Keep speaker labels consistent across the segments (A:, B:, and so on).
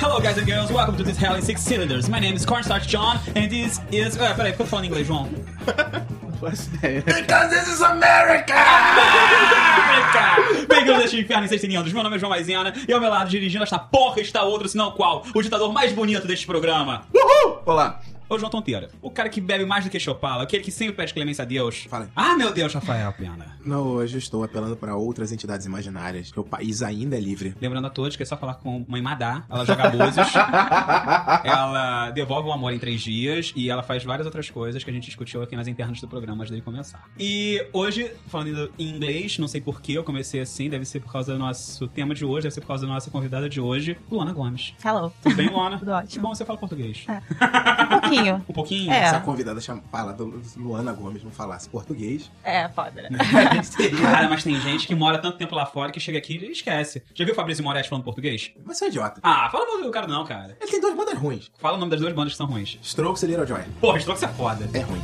A: Hello, guys and girls. Welcome to this Hell in Six Cylinders. My name is Cornstarch John, and this is. Ah, peraí, ficou falando em inglês, João.
B: Because this is America!
A: América! Bem-vindos a este inferno em seis cilindros. Meu nome é João Maisiana e ao meu lado dirigindo esta porra está outro, se não qual, o ditador mais bonito deste programa.
B: Uhul! Olá.
A: Ô, João Tonteira, o cara que bebe mais do que Chopala, aquele que sempre pede clemência a Deus.
B: Fala aí.
A: Ah, meu Deus, Rafael Pena.
B: Não, hoje eu estou apelando para outras entidades imaginárias, que o país ainda é livre.
A: Lembrando a todos que é só falar com Mãe Madá, ela joga búzios,
C: É.
A: ela devolve o amor em três dias e ela faz várias outras coisas que a gente discutiu aqui nas internas do programa antes dele começar. E hoje, falando em inglês, não sei porquê, eu comecei assim, deve ser por causa do nosso tema de hoje, deve ser por causa da nossa convidada de hoje, Luana Gomes.
C: Hello.
A: Tudo bem, Luana?
C: Tudo ótimo.
A: Que bom, você fala português.
C: Um pouquinho.
A: Um pouquinho?
C: É.
B: Se a convidada chama, fala do Luana Gomes não falasse português,
C: É, foda, né?
B: a gente seria...
A: Cara, mas tem gente que mora tanto tempo lá fora que chega aqui e esquece. Já viu o Fabrício Moretti falando português?
B: Você é um idiota.
A: Ah, fala o nome do cara não, cara.
B: Ele tem duas bandas ruins.
A: Fala o nome das duas bandas que são ruins.
B: Strokes e Little Joy.
A: Porra, estou que você é foda.
B: É ruim.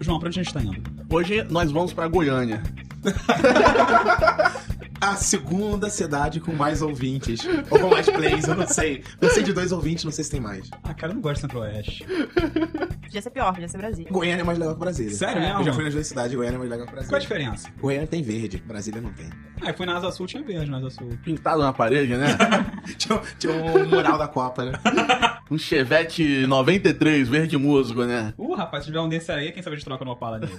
A: João, pra onde a gente tá indo?
D: Hoje nós vamos pra Goiânia.
B: A segunda cidade com mais ouvintes. Ou com mais plays, eu não sei. Eu sei de dois ouvintes, não sei se tem mais.
A: Ah, cara, eu não gosto de Centro-Oeste.
C: Podia ser pior, podia ser Brasília.
B: Goiânia é mais legal que Brasília.
A: Sério
B: Eu
A: mesmo?
B: já
A: João?
B: fui nas duas cidades, Goiânia é mais legal que
A: Qual a
B: Brasília.
A: diferença?
B: Goiânia tem verde, Brasília não tem.
A: Ah, eu fui na Asa Sul, tinha verde na Asa Sul.
D: Pintado na parede, né?
B: Tinha, tinha um mural da Copa, né?
D: Um Chevette 93, verde musgo, né?
A: Uh, rapaz, se tiver um desse aí, quem sabe a gente troca no Opala dele.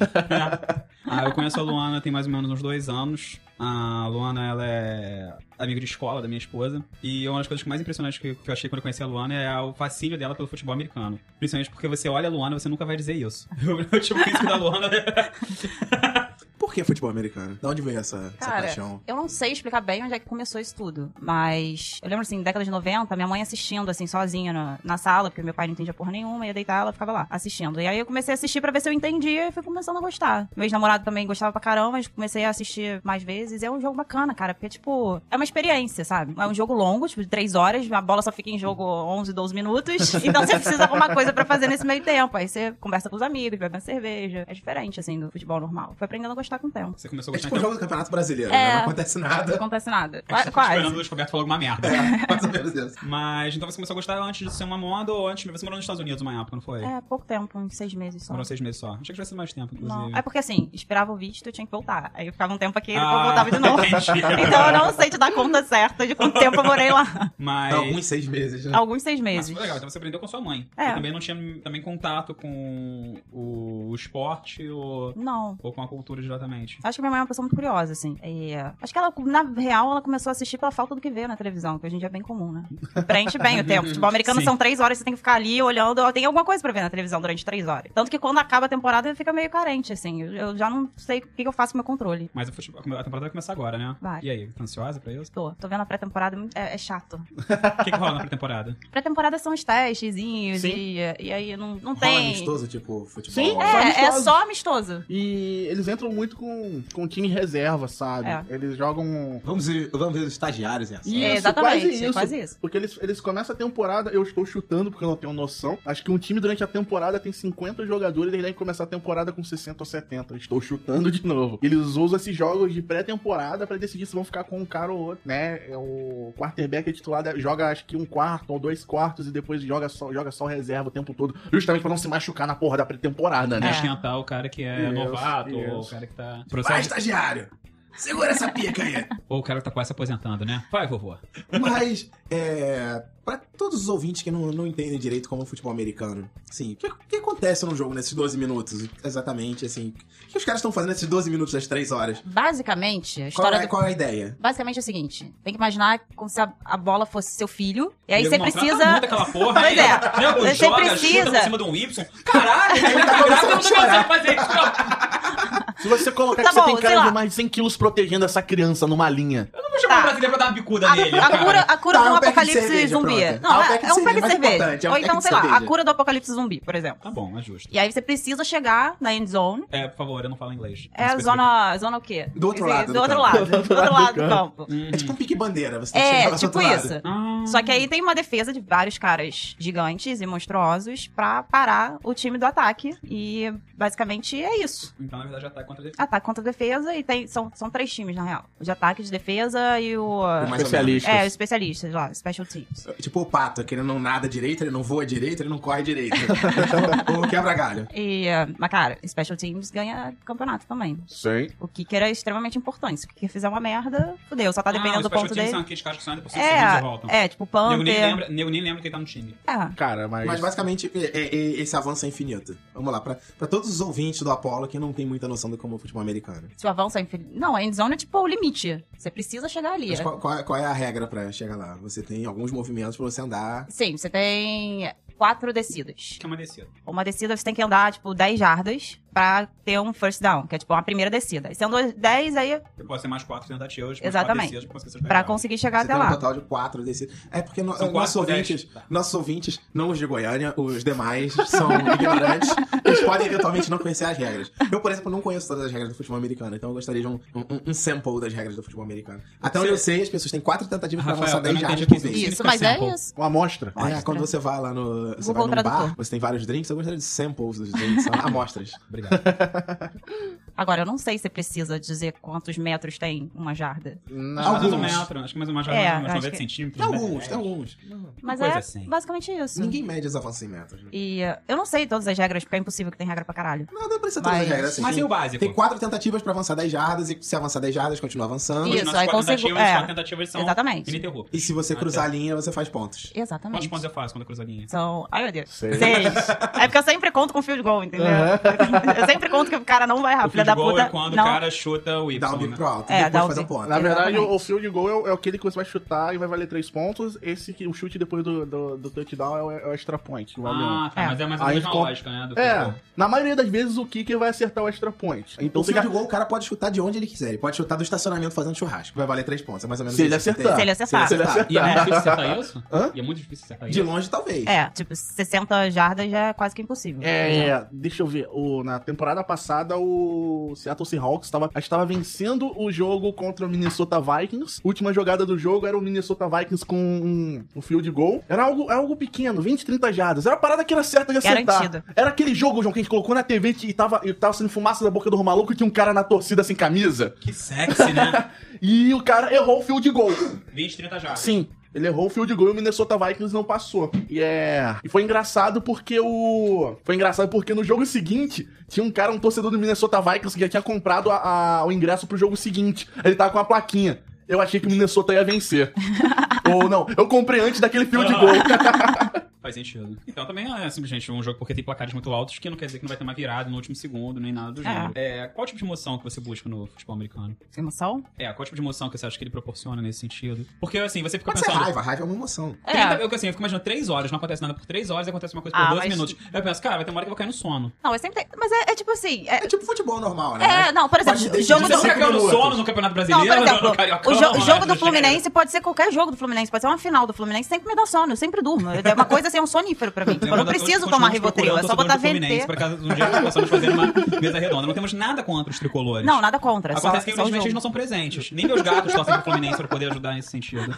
A: ah, eu conheço a Luana tem mais ou menos uns dois anos. A Luana, ela é amiga de escola da minha esposa. E uma das coisas mais impressionantes que, que eu achei quando eu conheci a Luana é o fascínio dela pelo futebol americano. Principalmente porque você olha a Luana, você nunca vai dizer isso. Eu tipo, isso da Luana...
B: Por que futebol americano? De onde veio essa, essa
C: Cara,
B: paixão?
C: eu não sei explicar bem onde é que começou isso tudo, mas eu lembro assim, década de 90, minha mãe assistindo assim sozinha na, na sala, porque meu pai não entendia porra nenhuma, ia deitar ela, ficava lá assistindo. E aí eu comecei a assistir pra ver se eu entendia e fui começando a gostar. Meu ex-namorado também gostava pra caramba, mas comecei a assistir mais vezes. É um jogo bacana, cara, porque tipo, é uma experiência, sabe? É um jogo longo, tipo, de 3 horas, a bola só fica em jogo 11, 12 minutos, então você precisa de alguma coisa pra fazer nesse meio tempo. Aí você conversa com os amigos, bebe uma cerveja. É diferente assim do futebol normal. Fui aprendendo a gostar com o tempo.
A: Você começou a
B: É
A: gostar,
B: tipo o
A: então...
B: jogo do Campeonato Brasileiro,
C: É.
B: né? Não acontece
C: Não
B: nada.
C: acontece nada.
A: A gente
C: Qua-
A: tá
C: Quase.
A: esperando o Descoberto falar alguma merda.
B: Mais ou menos isso.
A: Mas então você começou a gostar antes de ser uma moda ou antes. Você morou nos Estados Unidos uma época, não foi?
C: É, pouco tempo, uns seis meses só.
A: Morou seis meses só. Achei que tivesse mais tempo, inclusive.
C: Não. É porque assim, esperava o visto, eu tinha que voltar. Aí eu ficava um tempo aqui, depois
A: Ah,
C: eu voltava de novo.
A: entendi.
C: então eu não sei te dar conta certa de quanto tempo eu morei lá.
A: Mas.
B: Alguns seis meses, né?
C: Alguns seis
A: Mas
C: meses.
A: foi legal, então você aprendeu com sua mãe.
C: É.
A: Você também não tinha também contato com o, o esporte ou,
C: Não.
A: ou com a cultura diretamente.
C: Acho que minha mãe é uma pessoa muito curiosa, assim. E, é, acho que ela, na real, ela começou a assistir pela falta do que vê na televisão, que hoje em dia é bem comum, né? Preenche bem o tempo. Futebol americano
A: Sim.
C: são três horas, você tem que ficar ali olhando, ó, tem alguma coisa pra ver na televisão durante três horas. Tanto que quando acaba a temporada, fica meio carente, assim. Eu, eu já não sei o que que eu faço com o meu controle.
A: Mas o futebol, a temporada vai começar agora, né?
C: Vai.
A: E aí, tá ansiosa pra isso?
C: Tô, tô vendo a pré-temporada, é, é chato.
A: O que, que rola na pré-temporada?
C: Pré-temporada são os testezinhos
D: Sim.
C: e, e aí não, não
B: Rola
C: tem.
B: amistoso, tipo futebol.
D: Sim,
C: É, é
D: amistoso.
C: só amistoso.
D: E eles entram muito com, com time reserva, sabe?
C: É.
D: Eles jogam.
B: Vamos ver, vamos ver os estagiários em ação.
D: Isso,
C: É, exatamente,
D: quase
C: é
D: isso.
C: quase isso.
D: Porque eles, eles começam a temporada, eu estou chutando porque eu não tenho noção. Acho que um time durante a temporada tem 50 jogadores, eles devem começar a temporada com 60 ou 70. Estou chutando de novo. Eles usam esses jogos de pré-temporada pra decidir se vão ficar com um cara ou outro, né? É O quarterback titular da- joga acho que um quarto ou dois quartos e depois joga só, joga só reserva o tempo todo, justamente pra não se machucar na porra da pré-temporada, né?
A: É.
C: É.
A: Esquentar o cara que é
D: Isso,
A: novato, ou o
D: isso.
A: cara que tá.
B: Vai, estagiário! Segura essa pica aí!
A: Ou o cara que tá quase se aposentando, né? Vai, vovô.
B: Mas, é. Pra todos os ouvintes que não, não entendem direito como é o futebol americano, assim, o que, o que acontece num jogo nesses 12 minutos? Exatamente, assim. O que os caras estão fazendo nesses 12 minutos das 3 horas?
C: Basicamente, a
B: Qual
C: história
B: é,
C: do.
B: qual é a ideia?
C: Basicamente é o seguinte: tem que imaginar como se a, a bola fosse seu filho. E aí
A: Nego
C: você
A: não tá trata
C: precisa.
A: muito aquela porra,
C: Pois
A: aí,
C: é.
A: né? Quando joga,
C: Você
A: chuta
C: precisa.
A: por cima de um Y. Caralho,
B: Aí
A: ele
B: tá
A: tá grávida, eu não
B: começando a
A: consegue fazer isso, não.
D: Se você colocar
C: Tá
D: que você
C: bom,
D: tem
C: sei
D: cara
C: lá.
D: de mais de 100 quilos protegendo essa criança numa linha.
A: Eu não vou chamar
C: Tá.
A: o brasileiro pra dar uma bicuda
C: A,
A: nele.
C: a
A: cara.
C: cura, a cura
B: Tá,
C: de
B: é
C: um
B: um pack de
C: apocalipse
B: cerveja,
C: zumbi.
B: pronto.
C: Não,
B: É um
C: é,
B: pack de
C: é
B: cerveja,
C: um pack de
B: mais
C: cerveja.
B: importante, é um
C: Ou
B: pack
C: então,
B: de
C: sei lá, a
B: cerveja.
C: cura do apocalipse zumbi, por exemplo.
A: Tá bom, é justo.
C: E aí você precisa chegar na end zone.
A: É, por favor, eu não falo inglês.
C: É a zona, zona o quê?
B: Do outro
C: Esse-
B: lado
C: Do
B: do
C: outro
B: campo.
C: lado. Do outro lado do campo.
A: Uhum.
B: É tipo um pique-bandeira, você tem que chegar
C: Hum. É,
B: lá do
C: tipo
B: outro lado.
C: isso.
A: Ah.
C: Só que aí tem uma defesa de vários caras gigantes e monstruosos pra parar o time do ataque. E basicamente é isso.
A: Então, na verdade, já tá contra ele.
C: Ataque contra defesa e tem, são, são três times, na real. O de ataque, de defesa e o...
B: ou menos.
D: Especialistas.
C: É, os especialistas lá, special teams.
B: Tipo o pato, que ele não nada direito, ele não voa direito, ele não corre direito. o quebra-galho.
C: E, eh, mas cara, special teams ganha campeonato também.
D: Sim.
C: O kicker é extremamente importante. Se o kicker fizer uma merda, fudeu, só tá dependendo
A: ah,
C: do
A: os special
C: ponto
A: teams
C: dele.
A: são aqueles caras que saem por 5 segundos e voltam.
C: É, é, tipo
A: Nego nem,
C: Panther.
A: lembra, nego nem lembra que ele tá no time.
C: É.
D: Cara, mas.
B: Mas basicamente, é- é- é- esse avanço é infinito. Vamos lá, pra, pra todos os ouvintes do Apollo que não tem muita noção do como é o futebol americano.
C: Se o avanço é infinito. Não, a endzone é tipo o limite. Você precisa chegar ali.
B: Mas qual, qual é- qual é a regra pra chegar lá? Você tem alguns movimentos pra você andar.
C: Sim, você tem quatro descidas.
A: Que é uma descida.
C: Uma descida você tem que andar, tipo, 10 jardas pra ter um first down, que é tipo uma primeira descida. E Você andou 10 aí
A: Eu posso ter mais 4 tentativas.
C: Exatamente.
A: Mais 4 descidas,
C: pra conseguir chegar
B: Você
C: até
B: tem um
C: lá.
B: total de quatro descidas. É porque no-
A: São
B: nossos
A: quatro, dez.
B: ouvintes,
A: Tá.
B: nossos ouvintes, não os de Goiânia, os demais são ignorantes. Eles podem eventualmente não conhecer as regras. Eu, por exemplo, não conheço todas as regras do futebol americano, então eu gostaria de um, um- um sample das regras do futebol americano. Até onde
A: Você-
B: eu sei, as pessoas têm quatro tentativas pra
A: Rafael,
B: avançar
A: eu
B: 10
A: não
B: jardas
A: entendi
B: por
A: o que
B: vez.
C: Isso,
A: Significa
C: mas é
A: sample.
C: isso.
D: Uma amostra.
B: É, quando você vai lá no. Você
C: Google
B: vai num
C: Tradutor.
B: bar, você tem vários drinks, eu gostaria de samples dos drinks, são amostras.
A: Obrigado. Ah,
C: Agora, eu não sei se você precisa dizer quantos metros tem uma jarda.
A: Acho que mais um
B: Alguns.
A: metro. Acho que mais ou menos
C: É,
A: mais uns
C: acho
A: 90
C: que-
A: centímetros. né?
B: Tem alguns,
A: 110.
B: tem alguns.
C: Mas
A: coisa
C: é
A: assim.
C: basicamente isso.
B: Ninguém mede os avanços em metros. né?
C: E eh, eu não sei todas as regras, porque é impossível que tem regra pra caralho.
B: Não, não precisa todas
C: Mas-
B: as regras. Assim,
A: Mas tem o básico.
B: Tem quatro tentativas pra avançar 10 jardas, e se avançar 10 jardas, continua avançando.
C: Isso,
A: As nossas
C: aí
A: quatro
C: consigo-
A: tentativas,
C: é.
A: as quatro tentativas são
C: Exatamente.
A: ininterruptas.
B: E se você
A: Ah,
B: cruzar
A: tá.
B: a linha, você faz pontos.
A: Quantos
C: Exatamente.
A: pontos eu faço quando eu cruzo a linha?
C: São. Ai, meu Deus.
D: Sei.
C: Seis. É porque eu sempre conto com field goal, entendeu? Eu sempre conto que o cara não vai errar,
A: O
C: filha
A: field
C: Ah, da
A: goal
C: puta.
A: é quando
C: não.
A: o cara chuta o Y.
B: Dá um bico
A: né?
B: pro alto,
C: É,
B: e
C: dá
B: depois
C: o
B: faz um
C: bico.
B: ponto.
D: Na verdade,
C: Exatamente.
D: o, o field goal é, o- é aquele que você vai chutar e vai valer 3 pontos. Esse que o chute depois do, do, do touchdown é o, é o extra point. que vale um.
A: Ah, tá.
C: É.
A: Mas é mais ou
D: Aí
A: menos a
D: ficou-
A: lógica, né? do field
D: É,
A: goal.
D: na maioria das vezes o kicker vai acertar o extra point. Então
B: O
D: fica
B: field goal, o cara pode chutar de onde ele quiser. Ele pode chutar do estacionamento fazendo churrasco. Vai valer 3 pontos. É mais ou menos
D: Se ele
B: isso,
D: acertar.
C: Se ele
B: entende?
C: acertar.
B: Se ele
A: E é muito
D: acertar.
A: difícil acertar isso?
D: Hã?
A: E é muito difícil acertar isso?
B: De longe, talvez.
C: É, tipo, 60 jardas já é quase que impossível. Né?
D: É, é, deixa eu ver. O, na temporada passada, o Seattle Seahawks tava, acho que tava vencendo o jogo contra o Minnesota Vikings. Última jogada do jogo era o Minnesota Vikings com um, um field goal. Era algo, algo pequeno, 20, 30 jardas. Era uma parada que era certa de acertar.
C: Garantido.
D: Era aquele jogo, João, que a gente colocou na TV e tava, e tava saindo fumaça da boca do maluco e tinha um cara na torcida sem camisa.
A: Que sexy, né?
D: E o cara errou o field goal.
A: 20, 30 já.
D: Sim. Ele errou o field goal e o Minnesota Vikings não passou. E é. E foi engraçado porque o. Foi engraçado porque no jogo seguinte tinha um cara, um torcedor do Minnesota Vikings que já tinha comprado a- a- o ingresso pro jogo seguinte. Ele tava com a plaquinha. Eu achei que o Minnesota ia vencer. Ou não, eu comprei antes daquele field goal.
A: Faz sentido. Então também é simplesmente um jogo porque tem placares muito altos que não quer dizer que não vai ter uma virada no último segundo, nem nada do gênero. É, qual tipo de emoção que você busca no futebol americano?
C: Emoção?
A: É, qual tipo de emoção que você acha que ele proporciona nesse sentido? Porque assim, você fica
B: Pode ser
A: pensando.
B: raiva. Raiva é uma emoção.
A: 30,
C: É.
A: eu, assim, eu fico imaginando 3 horas, não acontece nada por 3 horas, acontece uma coisa por
C: Ah,
A: 12
C: mas-
A: minutos. Eu penso, cara, vai ter uma hora que eu vou cair no sono.
C: Não, eu sempre. Mas é, é tipo assim. É,
B: É tipo futebol normal, né?
C: é, não, por exemplo,
B: Pode decidir
C: o um
A: Você
C: jogo
A: nunca
B: São
C: do.
B: cinco
A: caiu no
B: minutos.
A: sono no Campeonato
C: Não,
A: Brasileiro,
C: por exemplo,
A: no Cariocão,
C: o jo-
A: né,
C: jogo do
A: no
C: Fluminense pode ser qualquer jogo do Fluminense, pode ser uma final do Fluminense, sempre me dá sono, eu sempre durmo. É uma coisa assim, é um sonífero pra mim. Tipo, eu não
A: Lembrando a todos
C: preciso
A: que
C: tomar
A: continuamos
C: Rivotril, é
A: procurando
C: só botar
A: torcedores do Fluminense,
C: VT.
A: Pra casa, um dia nós possamos fazer uma mesa redonda. Não temos nada contra os tricolores.
C: Não, nada contra. Só,
A: Acontece que,
C: só o
A: infelizmente, eles não
C: jogo.
A: são presentes. Nem meus gatos torcem pro Fluminense pra poder ajudar nesse sentido.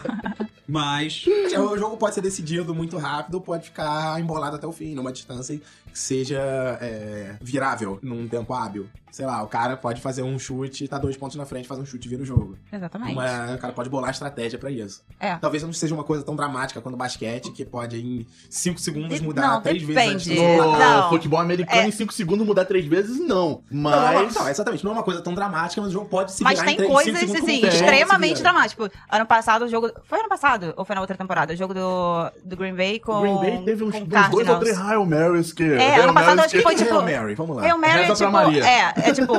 A: Mas.
B: É, O jogo pode ser decidido muito rápido, pode ficar embolado até o fim, numa distância que seja é, virável, num tempo hábil. Sei lá, o cara pode fazer um chute, tá dois pontos na frente, faz um chute e vira o jogo.
C: Exatamente.
B: Uma, o cara pode bolar estratégia pra isso.
C: É.
B: Talvez não seja uma coisa tão dramática quanto basquete, que pode em 5 segundos
C: De-
B: mudar
C: não,
B: três
C: depende.
B: vezes. antes do-
D: No
C: Não.
D: futebol americano,
C: É.
D: em 5 segundos mudar 3 vezes, não.
B: Não, não,
D: Mas.
B: não, exatamente. Não é uma coisa tão dramática, mas o jogo pode se
C: Mas
B: virar em
C: tem
B: três- em
C: coisas,
B: cinco segundos,
C: assim,
B: como um jogo se
C: extremamente
B: vira.
C: dramáticas. Tipo, ano passado o jogo. Foi ano passado? Ou foi na outra temporada? O jogo do, do Green Bay com.
D: o Green Bay teve uns
C: com
D: uns dois ou
C: Cardinals.
D: três Hail Marys que.
C: É,
D: Hail
C: ano passado
D: Marys
C: acho que foi tipo.
B: Hail Mary, vamos lá.
C: Hail Mary é
D: Reza pra
C: tipo.
D: Maria.
C: É, é tipo.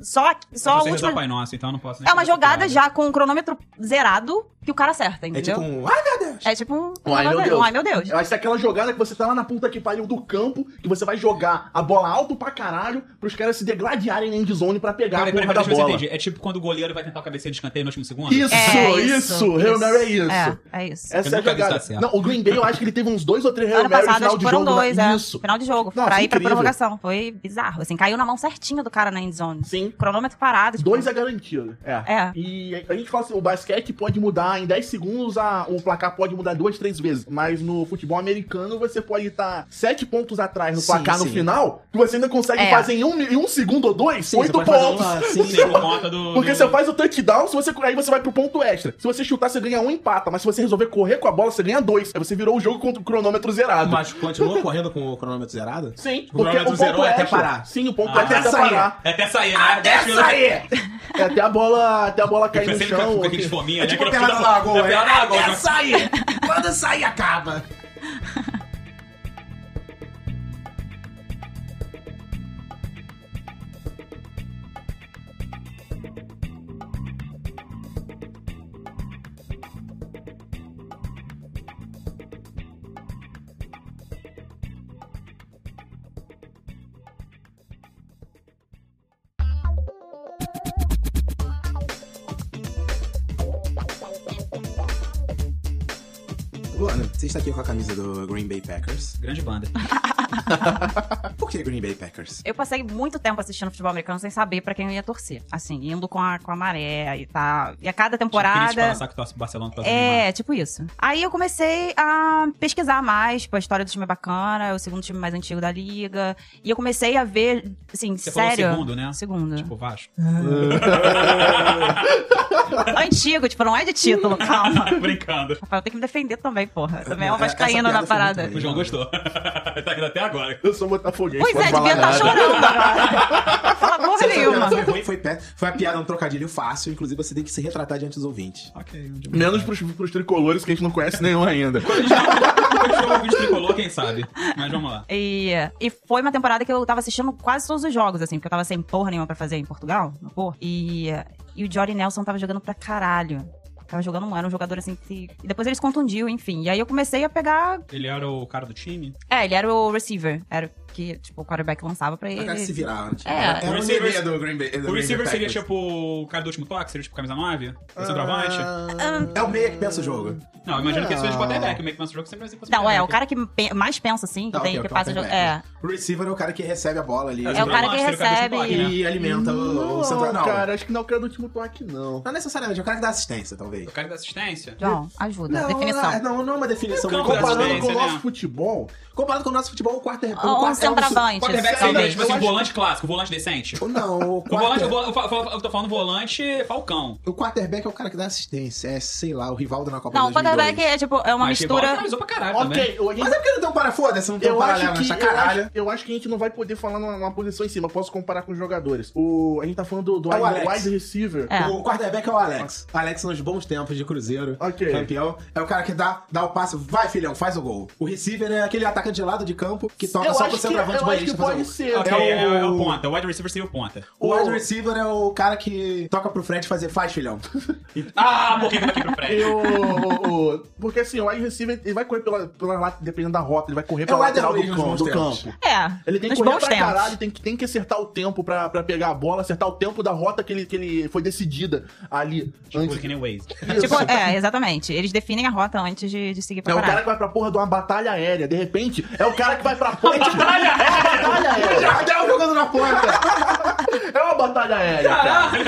C: só só
A: Só
C: a
A: o
C: última.
A: Pai Nosso, então eu não posso nem
C: É uma
A: fazer essa
C: jogada
A: piada.
C: já com o cronômetro zerado. que o cara acerta,
B: É
C: entendeu?
B: tipo um. Ai, meu Deus!
C: É tipo um.
D: Um ai, meu Deus.
C: um ai, meu Deus.
D: Eu acho que é aquela jogada que você tá lá na puta que pariu do campo e você vai jogar a bola alto pra caralho pros caras se degladiarem na endzone pra pegar
A: Peraí,
D: a
A: peraí, peraí,
D: porra da
A: deixa eu
D: bola.
A: entender. É tipo quando o goleiro vai tentar o cabeceio de escanteio no último segundo?
D: Isso,
C: É,
D: isso,
C: isso,
D: Hail Mary é isso.
C: É, é isso.
D: Essa é a
A: nunca vi isso
D: jogada.
A: dar certo.
D: Não, o Green Bay eu acho que ele teve uns dois ou três Hail
C: Ano
D: Mary no
C: passado,
D: final
C: acho que
D: de
C: foram
D: jogo.
C: dois,
D: né?
C: é.
D: Isso.
C: Final de jogo.
D: Nossa,
C: pra ir pra
D: incrível.
C: prorrogação. Foi bizarro. Assim, caiu na mão certinha do cara na endzone.
D: Sim.
C: Cronômetro parado. tipo,
D: Dois é garantido. É.
C: É.
D: E a gente fala assim, o basquete pode mudar em 10 segundos, a- o placar pode mudar duas, três vezes. Mas no futebol americano, você pode estar sete pontos atrás no
B: Sim,
D: placar no
B: sim.
D: final, que você ainda consegue
C: É.
D: fazer em um, em um segundo ou dois,
B: Sim,
D: oito
B: você pode fazer um
D: pontos.
B: uma- sim,
A: Sim, por conta do.
D: Porque
A: do-
D: você faz o touchdown, se você, aí você vai pro ponto extra. Se você chutar, você ganha um empata. Mas se você resolver correr com a bola, você ganha dois. Aí você virou o jogo contra o cronômetro zerado.
B: Mas continua correndo com o cronômetro zerado?
D: Sim,
B: O cronômetro zerou é até parar.
D: Sim, o ponto
A: Ah.
D: extra é até
B: Até sair.
D: parar.
A: É até sair, né? Dez minutos-
D: É até a bola, até a bola cair
A: Fica
D: no
A: sempre com-
D: chão.
A: com aquele de fominha,
B: É
A: né?
B: tipo a
A: Aquela
B: pelada
A: filha
B: da
A: da- da
B: lagoa.
D: é.
A: pelada da lagoa. né?
B: Até sair! Quando sair, acaba! Luana, você está aqui com a camisa do Green Bay Packers.
A: Grande banda.
B: Por que Green Bay Packers?
C: Eu passei muito tempo assistindo futebol americano sem saber pra quem eu ia torcer. Assim, indo com a, com a maré e tal. E a cada
A: Tipo, que nem
C: temporada.
A: esse Panasá que torce pro Barcelona por causa do Neymar.
C: É, tipo isso. Aí eu comecei a pesquisar mais, tipo, a história do time é bacana, é o segundo time mais antigo da liga. E eu comecei a ver, assim,
A: Você
C: sério.
A: falou segundo, né?
C: Segundo.
A: Tipo, Vasco.
C: Antigo, tipo, não é de título, calma.
A: Brincando.
C: Rafael tem que me defender também, porra. Também é uma
B: É, essa
C: vascaína na
B: piada foi muito
C: parada.
B: ruim.
A: O João gostou. Ele tá rindo até agora.
D: Eu sou botafoguense.
C: Pois
D: pode
C: é,
D: falar
C: devia
B: né?
C: estar
D: nada.
C: chorando agora. Não fala porra nenhuma.
B: Foi, ruim, foi, pé- foi a piada, um trocadilho fácil. Inclusive, você tem que se retratar diante dos ouvintes.
A: Ok.
D: Menos pros, pros tricolores que a gente não conhece nenhum ainda.
B: é
A: Depois jogo de é tricolor, quem sabe. Mas vamos lá.
C: E, e foi uma temporada que eu tava assistindo quase todos os jogos, assim, porque eu tava sem porra nenhuma pra fazer em Portugal, no Porto. E, e o Jory Nelson tava jogando pra caralho. Tava jogando, um- era um jogador assim que. E depois eles contundiu, enfim. E aí eu comecei a pegar.
A: Ele era o cara do time?
C: É, ele era o receiver. Era o que, tipo, o quarterback lançava pra
B: O
C: ele.
B: cara se virava. Tipo,
C: É.
B: Era
A: O
B: o
A: receiver-
B: nenê do Green Bay. do
A: O
B: Green
A: receiver
B: Bay
A: seria
B: Packers.
A: tipo o cara do último toque? Seria tipo camisa 9? O centroavante?
B: É o meia que pensa o jogo.
A: Não, eu imagino que esse seja de
D: Não.
A: quarterback. O meio que pensa o jogo sempre vai ser
C: Não, é, o
A: quarterback.
C: cara que pe- mais pensa, assim, que
B: Tá,
C: tem
B: ok, ok,
C: que passa.
B: ok,
C: jogo-
B: ok.
C: É.
B: O receiver é o cara que recebe a bola ali.
C: É o
A: Seria
C: cara que
A: do último
C: recebe.
A: toque, né?
B: Ah, E alimenta o, o
D: Não,
B: central. Não,
D: cara, acho que não é o cara do time toque, não.
B: não necessariamente. É o cara que dá assistência, talvez.
A: O cara da assistência?
C: João, ajuda. definição.
B: Não, não, não é uma definição.
A: É o campo da
B: comparando,
D: Comparando
A: assistência,
D: com o
A: né?
D: nosso futebol,
B: com- comparado com o nosso futebol, o quarto é... o
C: Ou um
B: quarto é
C: centroavante.
A: Quarterback
D: Sim,
A: seria
D: eu
A: tipo assim,
D: acho-
A: volante clássico, volante decente.
B: su- Não, o
A: O volante,
B: quarto...
A: o vola- eu, fa- fa- eu tô falando volante Falcão.
B: O quarterback é o cara que dá assistência. É, sei lá, o Rivaldo na Copa
C: Não, o
B: 2002.
C: quarterback é tipo, é uma
A: Mas Rivaldo
C: mistura.
A: finalizou pra caralho também.
D: ok, eu,
B: Mas é porque não tem um para foda-se, não tem um
D: eu, acho
B: paralelo
D: que,
B: nessa
D: eu,
B: caralho.
D: acho, eu acho que a gente não vai poder falar numa, numa posição em cima. Eu posso comparar com os jogadores. O, a gente tá falando do, do
B: É o
D: wide,
B: Alex.
D: wide receiver.
C: É.
B: O quarterback é o Alex. O Alex, nos bons tempos de Cruzeiro,
D: Ok.
B: campeão, é o cara que dá, dá o passe, vai filhão, faz o gol. O receiver é aquele atacante de lado de campo que toca
D: Eu
B: só
D: acho
B: pro
D: que-
B: centroavante
D: eu acho que
B: banheiro fazer o
D: pode
B: gol.
D: ser.
A: Ok,
D: É o-
A: é, é o ponta. O wide receiver seria o ponta.
B: O wide receiver é o cara que toca pro Fred fazer, faz filhão.
A: Ah, morri aqui pro Fred.
D: Eu, o- o- porque assim, o wide receiver ele vai correr pela, pela lá- dependendo da rota, ele vai correr
B: É o
D: pela lateral do,
B: Adrian
D: campo-
B: Wilson
D: do
B: nos
D: campo.
C: É.
D: Ele tem que
C: nos
D: correr
C: bons
D: pra
C: tempos.
D: caralho, tem que, tem que acertar o tempo pra, pra pegar a bola, acertar o tempo da rota que ele, que ele foi decidida ali antes.
A: Tipo, que nem o Waze.
C: Tipo, é, exatamente. Eles definem a rota antes de, de seguir
D: É
C: pra
D: o
C: parada.
D: cara que vai pra porra de uma batalha aérea. De repente, é o cara que vai pra ponte. batalha aérea! É uma batalha aérea!
B: Jardel um jogando na ponta!
D: É uma batalha aérea, cara. um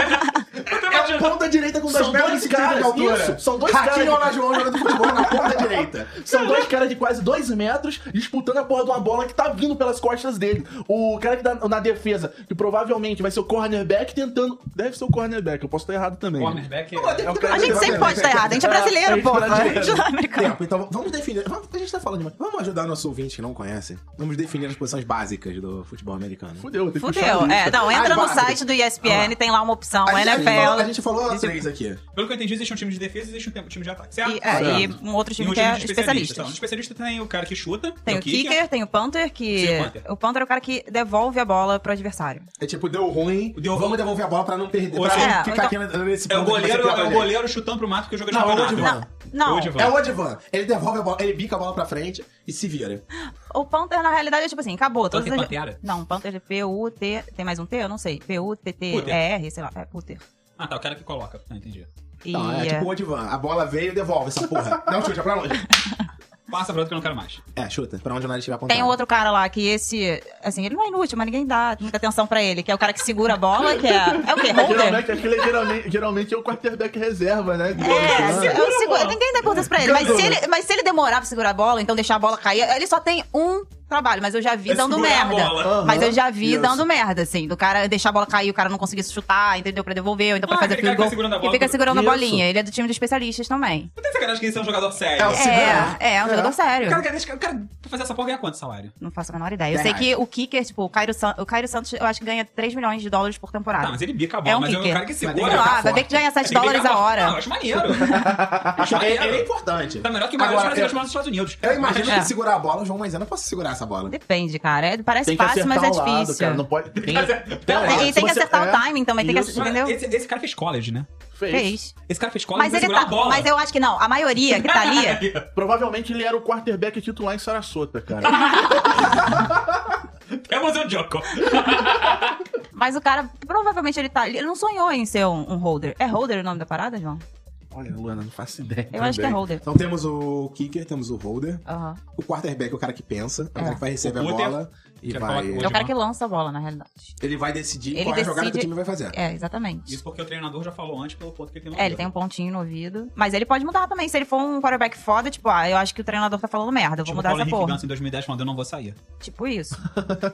A: um
B: É a ponta direita com dois
D: São
B: metros e
D: dois
B: cinquenta de
D: caras,
B: altura.
D: isso, são dois
B: Ratinho
D: caras.
B: Olá João jogando futebol na ponta direita.
D: São dois caras de quase dois metros disputando a porra de uma bola que tá vindo pelas costas dele. O cara que tá na defesa, que provavelmente vai ser o cornerback tentando. Deve ser o cornerback, eu posso estar errado também.
A: Cornerback é...
C: A gente sempre pode estar errado, a gente é brasileiro,
D: É, a gente é
C: pô. A
D: brasileiro.
C: gente não é americano.
B: Tempo, então vamos definir. vamos- A gente tá falando demais. Vamos ajudar nosso ouvinte que não conhece. Vamos definir as posições básicas do futebol americano.
D: Fudeu, tem que puxar a
C: Fudeu.
D: lista.
C: É, não,
B: Ai,
C: entra no
B: básico.
C: site do ESPN,
B: Ah.
C: tem lá uma opção,
B: A gente- a gente falou- a
C: NFL.
B: gente gente falou
C: Existe-
B: três aqui.
A: Pelo que eu entendi, existe um time de defesa e existe um tempo- time de ataque, certo?
C: E, é, e um outro
A: E
C: time que é
A: de
C: especialista.
A: Então, o especialista tem o cara que chuta,
C: Tem o kicker, tem o punter, que.
A: Sim, o punter.
C: o punter é o cara que devolve a bola pro adversário.
B: É tipo, deu ruim,
A: Deu-
B: vamos devolver a bola pra não perder.
A: Ou
B: pra
A: seja,
B: não
C: é,
B: ficar
C: então-
B: aqui nesse
A: É o
B: ponto que vai ser
A: goleiro,
B: pior
A: é
B: pra
A: o
B: gente.
A: goleiro chutando pro mato que o jogo é de
B: Não, é o
A: campeonato.
B: Odivan.
C: Não, não.
A: Odivan.
B: É o Odivan. Ele devolve a bola, ele bica a bola pra frente e se vira.
C: O punter, na realidade, é tipo assim, acabou.
A: Punter,
C: todas as-
A: Pantera?
C: Não, punter é P-U-T. Tem mais um T? Eu não sei. P-U-T-T-E-R, sei lá. É puter.
A: Ah, tá, o cara que coloca. Tá, entendi.
C: E.
B: Não, é tipo o Odivan. A bola veio e devolve essa porra. Não, chuta pra longe.
A: Passa pra outro que eu não quero mais.
B: É, chuta. Pra onde o nariz estiver apontado.
C: Tem um outro cara lá que esse, assim, ele não é inútil, mas ninguém dá muita atenção pra ele, que é o cara que segura a bola, que é. É o quê? Holder?
D: Geralmente, aquele é geralmente, geralmente é o quarterback reserva, né?
C: É, se- é o segura. Ninguém dá importância pra ele. Mas se
D: Gandula.
C: ele, mas se ele demorar pra segurar a bola, então deixar a bola cair, ele só tem um trabalho, mas eu já vi
A: É
C: dando
A: segurar a
C: merda.
A: bola.
D: Aham,
C: Mas eu já vi
D: isso.
C: dando merda, assim, do cara deixar a bola cair, o cara não conseguir chutar, entendeu? Pra devolver, ou então pra
A: Ah,
C: fazer
A: aquele cara
C: field goal.
A: que fica segurando a
C: E
A: bola.
C: fica segurando a
D: Isso.
C: bolinha. Ele é do time de especialistas também.
A: Não tem sacanagem que esse é um jogador sério.
B: É o Segura.
C: É, é um jogador sério.
A: O cara, quer- o cara, pra fazer essa porra ganha quanto salário?
C: Não faço a menor ideia.
B: Dez
C: Eu sei que o kicker, tipo, o Cairo, San- o Cairo Santos, eu acho que ganha 3 milhões de dólares por temporada.
A: Tá, mas ele bica a bola,
C: É um
A: mas é o
C: kicker.
A: cara que
B: Mas tem
A: segura.
B: que
C: Sei lá,
B: bicar
C: vai ver
B: forte.
C: que ganha 7
A: Ele bica
C: dólares a
A: bola.
C: hora.
A: Não, eu acho maneiro.
B: Acho que ele
A: Maneiro.
B: ele é importante.
A: tá melhor que o maior
B: Agora,
A: Agora, brasileiro dos Estados Unidos.
B: Eu imagino
C: É.
B: que segurar a bola, o João Moisés não possa segurar essa bola.
C: Depende, cara. É- parece
D: Tem que
C: fácil,
D: acertar
C: mas é
D: o lado,
C: difícil.
D: cara. Não pode... Tem... um
A: Não,
C: E-
D: se
C: e tem que
D: você-
C: acertar
D: é,
C: o timing também, tem que
D: isso,
C: acertar, entendeu?
A: Esse, esse cara fez college, né?
D: Fez.
C: Fez.
A: Esse cara fez college
C: Mas
A: pra
C: ele
A: segurar
C: tá.
A: a bola.
C: Mas eu acho que não. A maioria que tá ali.
D: Provavelmente ele era o quarterback titular em Sarasota, cara.
A: Temos o Joko.
C: Mas o cara, provavelmente ele tá ali. Ele não sonhou em ser um, um holder. É holder o nome da parada, João?
D: Olha, Luana, não faço ideia.
C: Eu acho que é holder.
B: Então temos o kicker, temos o holder.
C: Aham.
B: O quarterback é o cara que pensa, é o cara que vai receber a
A: O putter,
B: bola e
A: que é falar com
B: vai.
A: o
C: É o
A: João.
C: cara que lança a bola, na realidade.
B: Ele vai decidir
C: Ele
B: qual é a jogada que o
C: decide-
B: time vai fazer.
C: É, exatamente.
A: Isso porque o treinador já falou antes pelo ponto que ele tem no
C: É, ele tem um pontinho no ouvido. Mas ele pode mudar também. Se ele for um quarterback foda, tipo, ah, eu acho que o treinador tá falando merda, eu vou
A: Tipo,
C: mudar
A: Paulo
C: essa
A: Henrique
C: porra.
A: Ganso em 2010 falando, eu não vou sair.
C: Tipo isso.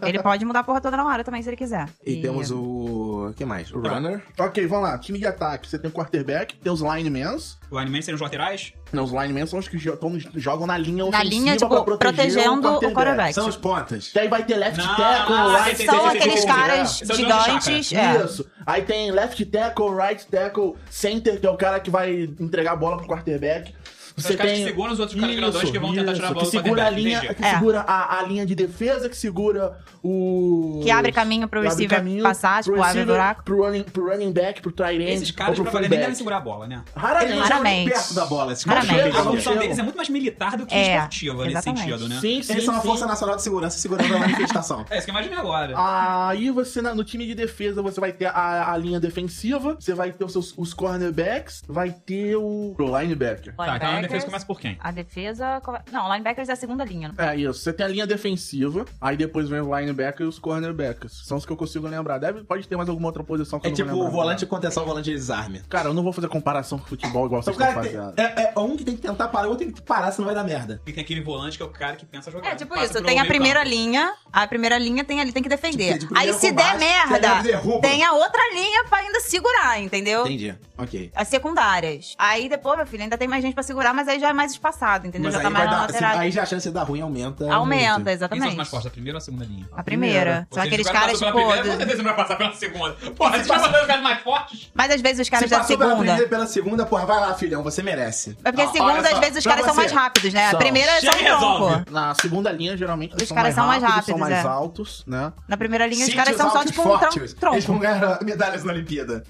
C: ele pode mudar a porra toda na hora também, se ele quiser.
B: E temos o. O que mais? O runner.
D: Ok, vamos lá. Time de ataque. Você tem o quarterback, tem os linemans.
A: O Animan seriam os laterais?
D: Não, os linemen são os que jo- tão- jogam na linha
C: Na
D: ofensiva
C: linha, tipo,
D: pra proteger
C: protegendo
D: o
C: o
D: quarterback.
C: quarterback.
B: São os pontas.
D: Que aí vai ter left
A: Não,
D: tackle,
A: não, é sim,
D: right
A: sim,
C: São
A: sim, sim,
C: aqueles
A: sim.
C: caras
A: São os
C: gigantes. É.
D: Isso. Aí tem left tackle, right tackle, center, que é o cara que vai entregar a bola pro quarterback.
A: São os caras que seguram os outros caras grandões que vão tentar tirar a bola do
D: que segura a
A: quarterback,
D: linha,
A: entendi.
D: que
C: É.
D: segura a, a linha de defesa, que segura o
C: Que abre caminho pro
D: abre
C: receiver passar, tipo,
D: pro
C: abre
D: receiver,
C: buraco.
D: pro running, pro running back, pro tight end,
A: Esses caras,
D: ou
A: pra
D: pro
A: valer, nem devem
D: fullback.
A: segurar a bola, né?
B: Eles não
D: Raramente.
B: jogam
C: Raramente.
B: perto da bola, tipo esses
C: Raramente.
B: caras.
A: A função
D: Exatamente.
B: né?
A: deles é muito mais militar do que
C: É,
A: esportiva nesse
C: exatamente.
A: sentido, né?
D: Sim, sim,
B: Eles são a
D: sim.
B: Força Nacional de Segurança segurando a manifestação.
A: É isso que eu imaginei agora.
D: Aí você, na- no time de defesa, você vai ter a, a linha defensiva, você vai ter os, seus, os cornerbacks, vai ter o, o linebacker.
A: Tá, então a
C: Linebackers.
A: defesa começa por quem?
C: A defesa. Não, linebackers é a segunda linha.
D: É isso, você tem a linha defensiva, aí depois vem o linebacker e os cornerbacks. São os que eu consigo lembrar. Deve, pode ter mais alguma outra posição que
B: É
D: eu não
B: tipo
D: vou lembrar.
B: o volante de contenção, o volante de desarme.
D: Cara, eu não vou fazer comparação com futebol igual
B: Então,
D: vocês
B: o
D: estão
B: cara tem,
D: fazendo.
B: é, é um que tem que tentar parar, o outro tem que parar, senão vai dar merda.
A: E tem aquele volante que é o cara que pensa jogar.
C: É, tipo
A: Passa
C: isso,
A: pelo
C: tem a
A: meio
C: primeira
A: campo.
C: linha, a primeira linha tem ali, tem que defender.
B: Tipo, de
C: Aí
B: primeiro
C: se der
B: combate,
C: merda,
B: tem a derruba.
C: tem a outra linha pra ainda segurar, entendeu?
B: Entendi. Ok.
C: As secundárias. Aí depois, meu filho, ainda tem mais gente pra segurar, mas aí já é mais espaçado, entendeu?
B: Mas
C: já
B: aí,
C: tá
B: vai
C: mais
B: dar, assim,
C: lateral.
B: aí já a chance de dar ruim aumenta.
C: Aumenta,
A: Quem
B: muito.
A: são os
C: exatamente.
A: mais fortes, a primeira ou a segunda linha?
C: A primeira.
A: Ou
C: São
A: seja,
C: aqueles
A: o cara
C: caras,
A: passou
C: tipo.
A: pela primeira, com
C: do-
A: certeza não vai passar pela segunda. Porra, a gente vai
C: é
A: fazer os caras mais fortes?
C: Mas às vezes os caras
B: Se
C: da
B: passou pela
C: segunda.
B: primeira e pela segunda, porra, vai lá, filhão, você merece.
C: É porque a
A: Ah,
C: segunda,
A: olha
C: às
A: só,
C: vezes, os
B: pra
C: caras são
B: você.
C: mais rápidos, né? A
D: São.
C: primeira
A: Chega
C: são
A: e
C: tronco.
A: resolve.
D: Na segunda linha, geralmente,
C: Os
D: são
C: caras
D: mais
C: são mais
D: rápidos, são
C: rápidos,
D: mais
C: é.
D: altos, né?
C: Na primeira linha, os
B: Se
C: caras são só,
B: altos
C: tipo, um tron-
B: fortes, Eles vão
C: tronco.
B: ganhar medalhas na Olimpíada.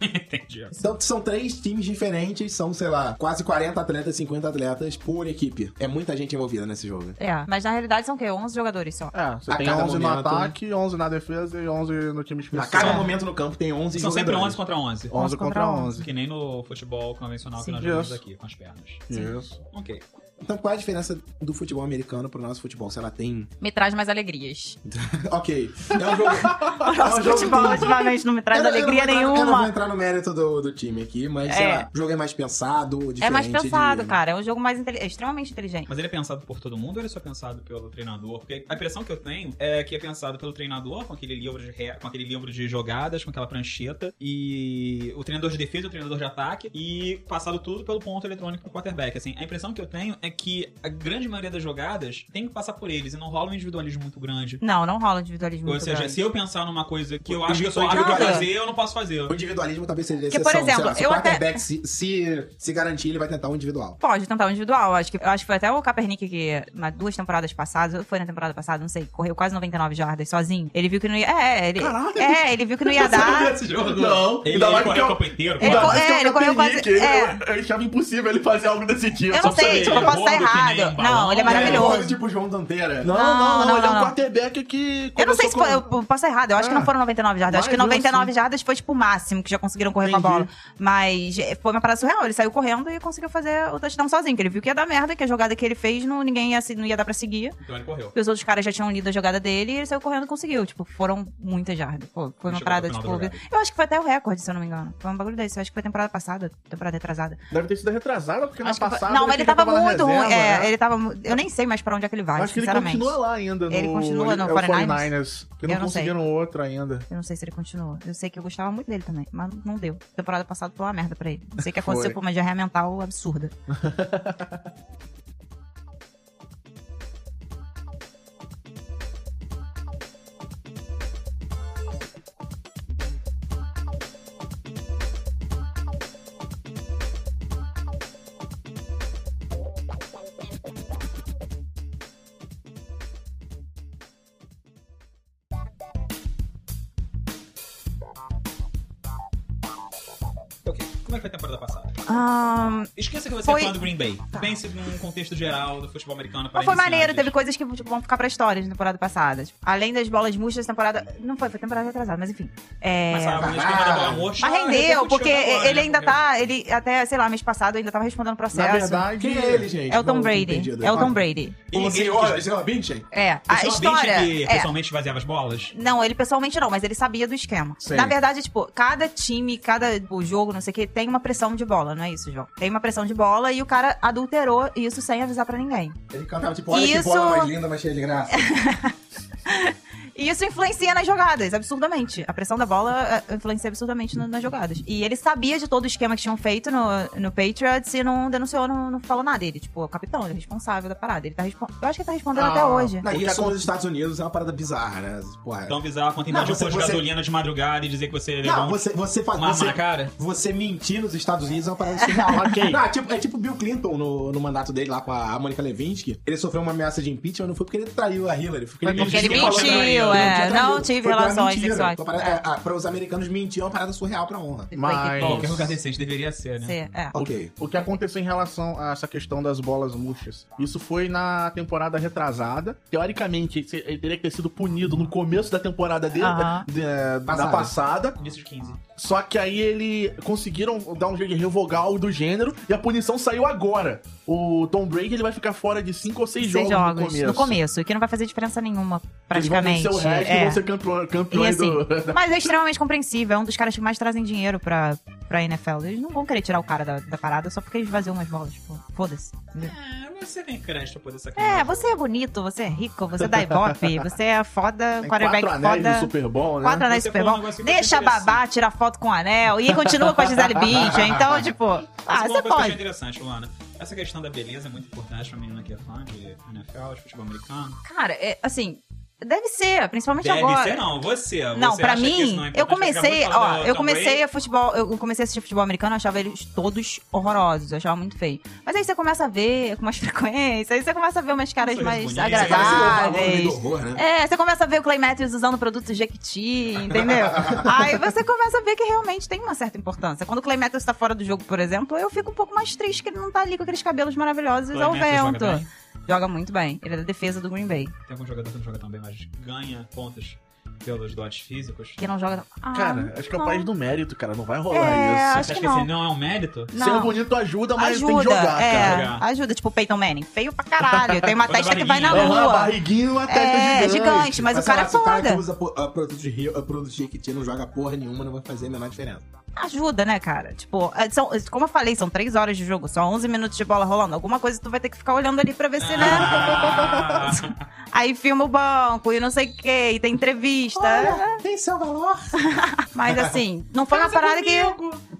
A: Entendi.
B: Então, são três times diferentes, são, sei lá, quase 40 atletas, 50 atletas por equipe. É muita gente envolvida nesse jogo.
C: É, mas na realidade são o quê? 11 jogadores só.
D: É, você
B: A
D: tem
B: cada
D: 11 no
B: momento,
D: ataque, 11 na defesa e 11 no time
B: A
D: especial.
B: cada momento no campo tem 11
A: São sempre
B: jogadores.
A: 11 contra 11.
D: 11 contra 11.
A: Que nem no futebol convencional
C: Sim.
A: que nós jogamos
D: Isso.
A: aqui, com as pernas.
D: Isso.
A: Ok.
B: É. Então, qual é a diferença do futebol americano pro nosso futebol? Se ela tem.
C: Me traz mais alegrias.
B: ok. É um jogo.
C: O
B: é um
C: nosso
B: jogo
C: futebol
B: que tem-
C: ultimamente não me traz
B: Eu não- é eu não
C: alegria
B: vou entrar- Eu não vou
C: nenhuma.
B: entrar no mérito do, do time aqui, mas sei
C: É.
B: lá, o jogo é mais pensado, diferente.
C: É mais pensado,
B: de...
C: cara. É um jogo mais intele- é extremamente inteligente.
A: Mas ele é pensado por todo mundo ou ele é só pensado pelo treinador? Porque a impressão que eu tenho é que é pensado pelo treinador, com aquele livro de, re- com aquele livro de jogadas, com aquela prancheta, e o treinador de defesa, o treinador de ataque, e passado tudo pelo ponto eletrônico do quarterback. Assim, a impressão que eu tenho é que a grande maioria das jogadas tem que passar por eles e não rola um individualismo muito grande.
C: Não, não rola um individualismo.
A: Ou
C: muito
A: seja,
C: grande. é
A: se eu pensar numa coisa que eu
B: O
A: acho que eu sou
B: individual-
A: hábil pra
C: Cara.
A: fazer, eu não posso fazer.
B: O individualismo talvez seja
C: Porque,
B: exceção.
C: por exemplo,
B: sei lá, se
C: eu
B: o
C: até-
B: quarterback se, se, se garantir, ele vai tentar um individual.
C: Pode tentar o individual. Acho que, eu acho que foi até o Kaepernick que, nas duas temporadas passadas, ou foi na temporada passada, não sei, correu quase 99 jardas sozinho. Ele viu que não ia. É, ele,
B: Caralho!
C: é, ele viu que não ia dar.
A: Esse jogo.
D: Não,
A: Ele,
D: ainda
A: ele correu
D: mais
A: o
D: porque eu-
A: campo inteiro.
C: Ele
A: quase.
C: co- é, ele correu quase-
D: Kaepernick, ele-
C: é.
D: Eu, eu achava impossível ele fazer algo desse tipo.
C: Eu não
A: Só pra
C: sei,
A: ele,
C: tipo, eu posso
A: gordo
C: estar
A: que nem
C: errado.
A: um
C: Não,
A: balão.
C: ele é
B: É,
C: maravilhoso.
B: tipo o João Danteira.
D: Não,
C: Não,
D: não,
C: não,
D: ele é um
C: não.
D: quarterback que.
C: Eu não sei se foi, eu
D: começou com-
C: posso estar errado, eu acho que
D: Ah.
C: não foram 99 jardas, eu acho que
D: Mas eu
C: 99
D: assim-
C: jardas foi tipo o máximo que já conseguiram correr com a
D: Entendi.
C: bola. Mas eh, foi uma parada surreal, ele saiu correndo e conseguiu fazer o touchdown sozinho, que ele viu que ia dar merda, que a jogada que ele fez não, ninguém ia, se- não ia dar pra seguir.
A: Então ele correu.
C: Porque os outros caras já tinham lido a jogada dele e ele saiu correndo e conseguiu. Tipo, foram muitas jardas. Pô, foi
A: Não
C: uma
A: chegou
C: parada,
A: até o
C: tipo.
A: final da
C: Eu acho que foi até o recorde, se eu não me engano. Foi um bagulho desse. Eu acho que foi temporada passada, temporada retrasada.
D: Deve ter sido retrasado, porque
C: Acho
D: na
C: que foi-
D: passada.
C: Não, mas ele
D: já
C: tava,
D: na
C: muito
D: reserva,
C: ruim. É,
D: né?
C: ele tava. mu- Eu nem sei mais pra onde é que ele vai,
D: Acho que ele
C: sinceramente.
D: continua lá ainda. No...
C: Ele continua no
D: é o
C: 49ers?
D: 49ers, Porque
C: Eu
D: não
C: não sei.
D: conseguiram outro ainda.
C: Eu não sei se ele continua. Eu sei que eu gostava muito dele também, mas não deu. Temporada passada foi uma merda pra ele. Não sei o que aconteceu
D: Foi.
C: por uma diarreia mental absurda.
A: Ok. Como é que foi a temporada passada?
B: Ah,
C: Ahn,
A: Esqueça que você
C: Foi-
A: é fã do Green Bay.
C: Tá.
A: Pense num contexto geral do futebol americano para
C: mas foi maneiro,
A: iniciantes.
C: teve coisas que tipo, vão ficar pra história na temporada passada. Tipo, além das bolas murchas, temporada. Não foi, foi temporada atrasada, mas enfim. É.
A: Mas sabe, o
B: Ah.
A: esquema da bola murcha
C: Mas rendeu,
A: repercutiu
C: porque
A: agora,
C: ele
A: né?
C: ainda tá. Ele, até, sei lá, mês passado ainda tava respondendo
D: Na
C: processo.
D: verdade.
B: Quem é ele, gente?
C: é o Tom
B: Não,
C: Brady.
B: entendi.
C: É o Tom Brady.
B: O
A: Ele-
B: senhor, o senhor Binchen?
C: É.
A: O
C: A
A: senhor
C: história.
A: Bench que
C: é.
A: pessoalmente esvaziava as bolas?
C: Não, ele pessoalmente não, mas ele sabia do esquema.
D: Sim.
C: Na verdade, tipo, cada time, cada tipo, jogo, não sei o que, tem uma pressão de bola, não é isso, João? Tem uma pressão de bola e o cara adulterou isso sem avisar pra ninguém.
B: Ele cantava tipo, olha que
C: Isso-
B: bola mais linda, mas cheia de graça.
C: E isso influencia nas jogadas, absurdamente. A pressão da bola eh, influencia absurdamente na- nas jogadas. E ele sabia de todo o esquema que tinham feito no, no Patriots e não denunciou, não, não falou nada. Ele, tipo, é o capitão, ele é responsável da parada. Ele tá respon- Eu acho que ele tá respondendo
D: Ah,
C: até hoje.
B: Não,
D: O que
B: isso
D: acon-
B: nos Estados Unidos é uma parada bizarra, né? Porra.
A: Tão bizarro quanto invadir
B: Não,
A: o
B: você-
A: posto de
B: você-
A: gasolina de madrugada e dizer que você levou
B: não,
A: um-
B: você, você faz.
A: uma arma
B: Você,
A: na cara?
B: você mentir nos Estados Unidos é uma parada surreal.
D: ok.
B: Não, é tipo, é tipo Bill Clinton no, no mandato dele lá com a Mônica Levinsky. Ele sofreu uma ameaça de impeachment, não foi porque ele traiu a Hillary. Foi porque ele, né?
A: Foi porque
C: Porque ele
A: Ele falou pra ele,
C: mentiu,
A: ele
C: é.
B: traiu.
C: Não tive
B: Foi pela
C: relações
B: mentira.
C: sexuais.
B: Foi Para, é, ah, para os americanos mentir é uma parada surreal pra honra.
C: É.
D: Mas-
A: Qualquer né? lugar decente deveria ser, né?
C: Você- é.
B: Ok.
D: O que aconteceu em relação a essa questão das bolas murchas? Isso foi na temporada retrasada. Teoricamente, ele se- ele teria que ter sido punido no começo da temporada dele,
C: Aham.
D: de- da
B: Passada.
D: passada.
A: Início de 15.
D: Só que aí ele conseguiram dar um jeito de revogar o do gênero e a punição saiu agora. O Tom Brady ele vai ficar fora de cinco ou seis
C: Seis
D: jogos, no começo.
C: no começo, que não vai fazer diferença nenhuma, praticamente.
D: Eles vão vencer o resto e
C: É.
D: vão ser campeão,
C: E
D: campeões
C: assim,
D: do...
C: mas é extremamente compreensível. É um dos caras que mais trazem dinheiro pra, pra NFL. Eles não vão querer tirar o cara da, da parada só porque eles vaziam umas bolas. Tipo, foda-se. entendeu?
A: Ah, você tem crédito pra poder sacanear.
C: É, você é bonito, você é rico, você dá ibope, você é foda,
D: Tem
C: quarterback
D: quatro anéis no
C: foda.
D: Super Bowl, né?
C: Quatro anéis
A: Você
C: Super
A: falou um
C: Bowl.
A: negócio que eu
C: Deixa a
A: achei
C: babá tirar foto com o anel e continua com a Gisele Bündchen. Então, tipo, ah,
A: Mas uma coisa
C: você
A: que eu achei
C: pode.
A: interessante, Luana. Essa questão da beleza é muito importante pra menina que é fã de NFL, de futebol americano.
C: Cara, é, assim, deve ser, principalmente
A: Deve
C: agora.
A: ser não, você.
C: Não,
A: você
C: pra
A: acha que isso
C: mim,
A: não é importante?
C: eu
A: Porque
C: comecei,
A: acabou de falar do
C: ó, eu
A: Tom Brady.
C: comecei a futebol, eu comecei a assistir futebol americano, eu achava eles todos horrorosos, eu achava muito feio. Mas aí você começa a ver com mais frequência, aí você começa a ver umas caras
A: Coisas
C: mais
A: bonitas. né?
B: Você parece louvar o nome do
C: agradáveis.
B: horror, né?
C: É, você começa a ver o Clay Matthews usando produtos Jequiti, entendeu? aí você começa a ver que realmente tem uma certa importância. Quando o Clay Matthews tá fora do jogo, por exemplo, eu fico um pouco mais triste que ele não tá ali com aqueles cabelos maravilhosos
A: Clay
C: ao
A: Matthews
C: vento.
A: joga bem?
C: Joga muito bem. Ele é da defesa do Green Bay.
A: Tem algum jogador que não joga tão bem, mas ganha pontos pelos dotes físicos.
C: Que não joga. Ah,
D: Cara, acho que é o
C: não.
D: país do mérito, cara. Não vai rolar
C: É,
D: isso.
A: Você
C: acho que
A: acha
C: não.
A: esse não é um mérito?
D: Ser
C: Não.
D: bonito ajuda, mas
C: ajuda,
D: tem que jogar,
C: é,
D: cara.
A: cara.
C: ajuda. Tipo o Peyton Manning, feio pra caralho. Tem uma
A: Toda
C: testa que vai na
A: barriguinha.
D: Aham,
C: lua.
D: barriguinha e uma testa
C: É,
D: gigante.
C: gigante, mas, o
B: sei
C: cara
B: lá,
C: é
B: se o cara que
C: foda.
B: usa pô, ah, produto de rio, ah, produto de Jequiti não joga porra nenhuma, não vai fazer a menor diferença.
C: Ajuda, né, cara? Tipo, é, são, como eu falei, são três horas de É. jogo, só 11 minutos de bola rolando. Alguma coisa tu vai ter que ficar olhando ali pra ver se, né?
A: Ah,
C: Aí filma o banco e não sei o quê, e tem entrevista.
B: Olha, tem seu valor.
C: Mas assim, não foi uma parada que.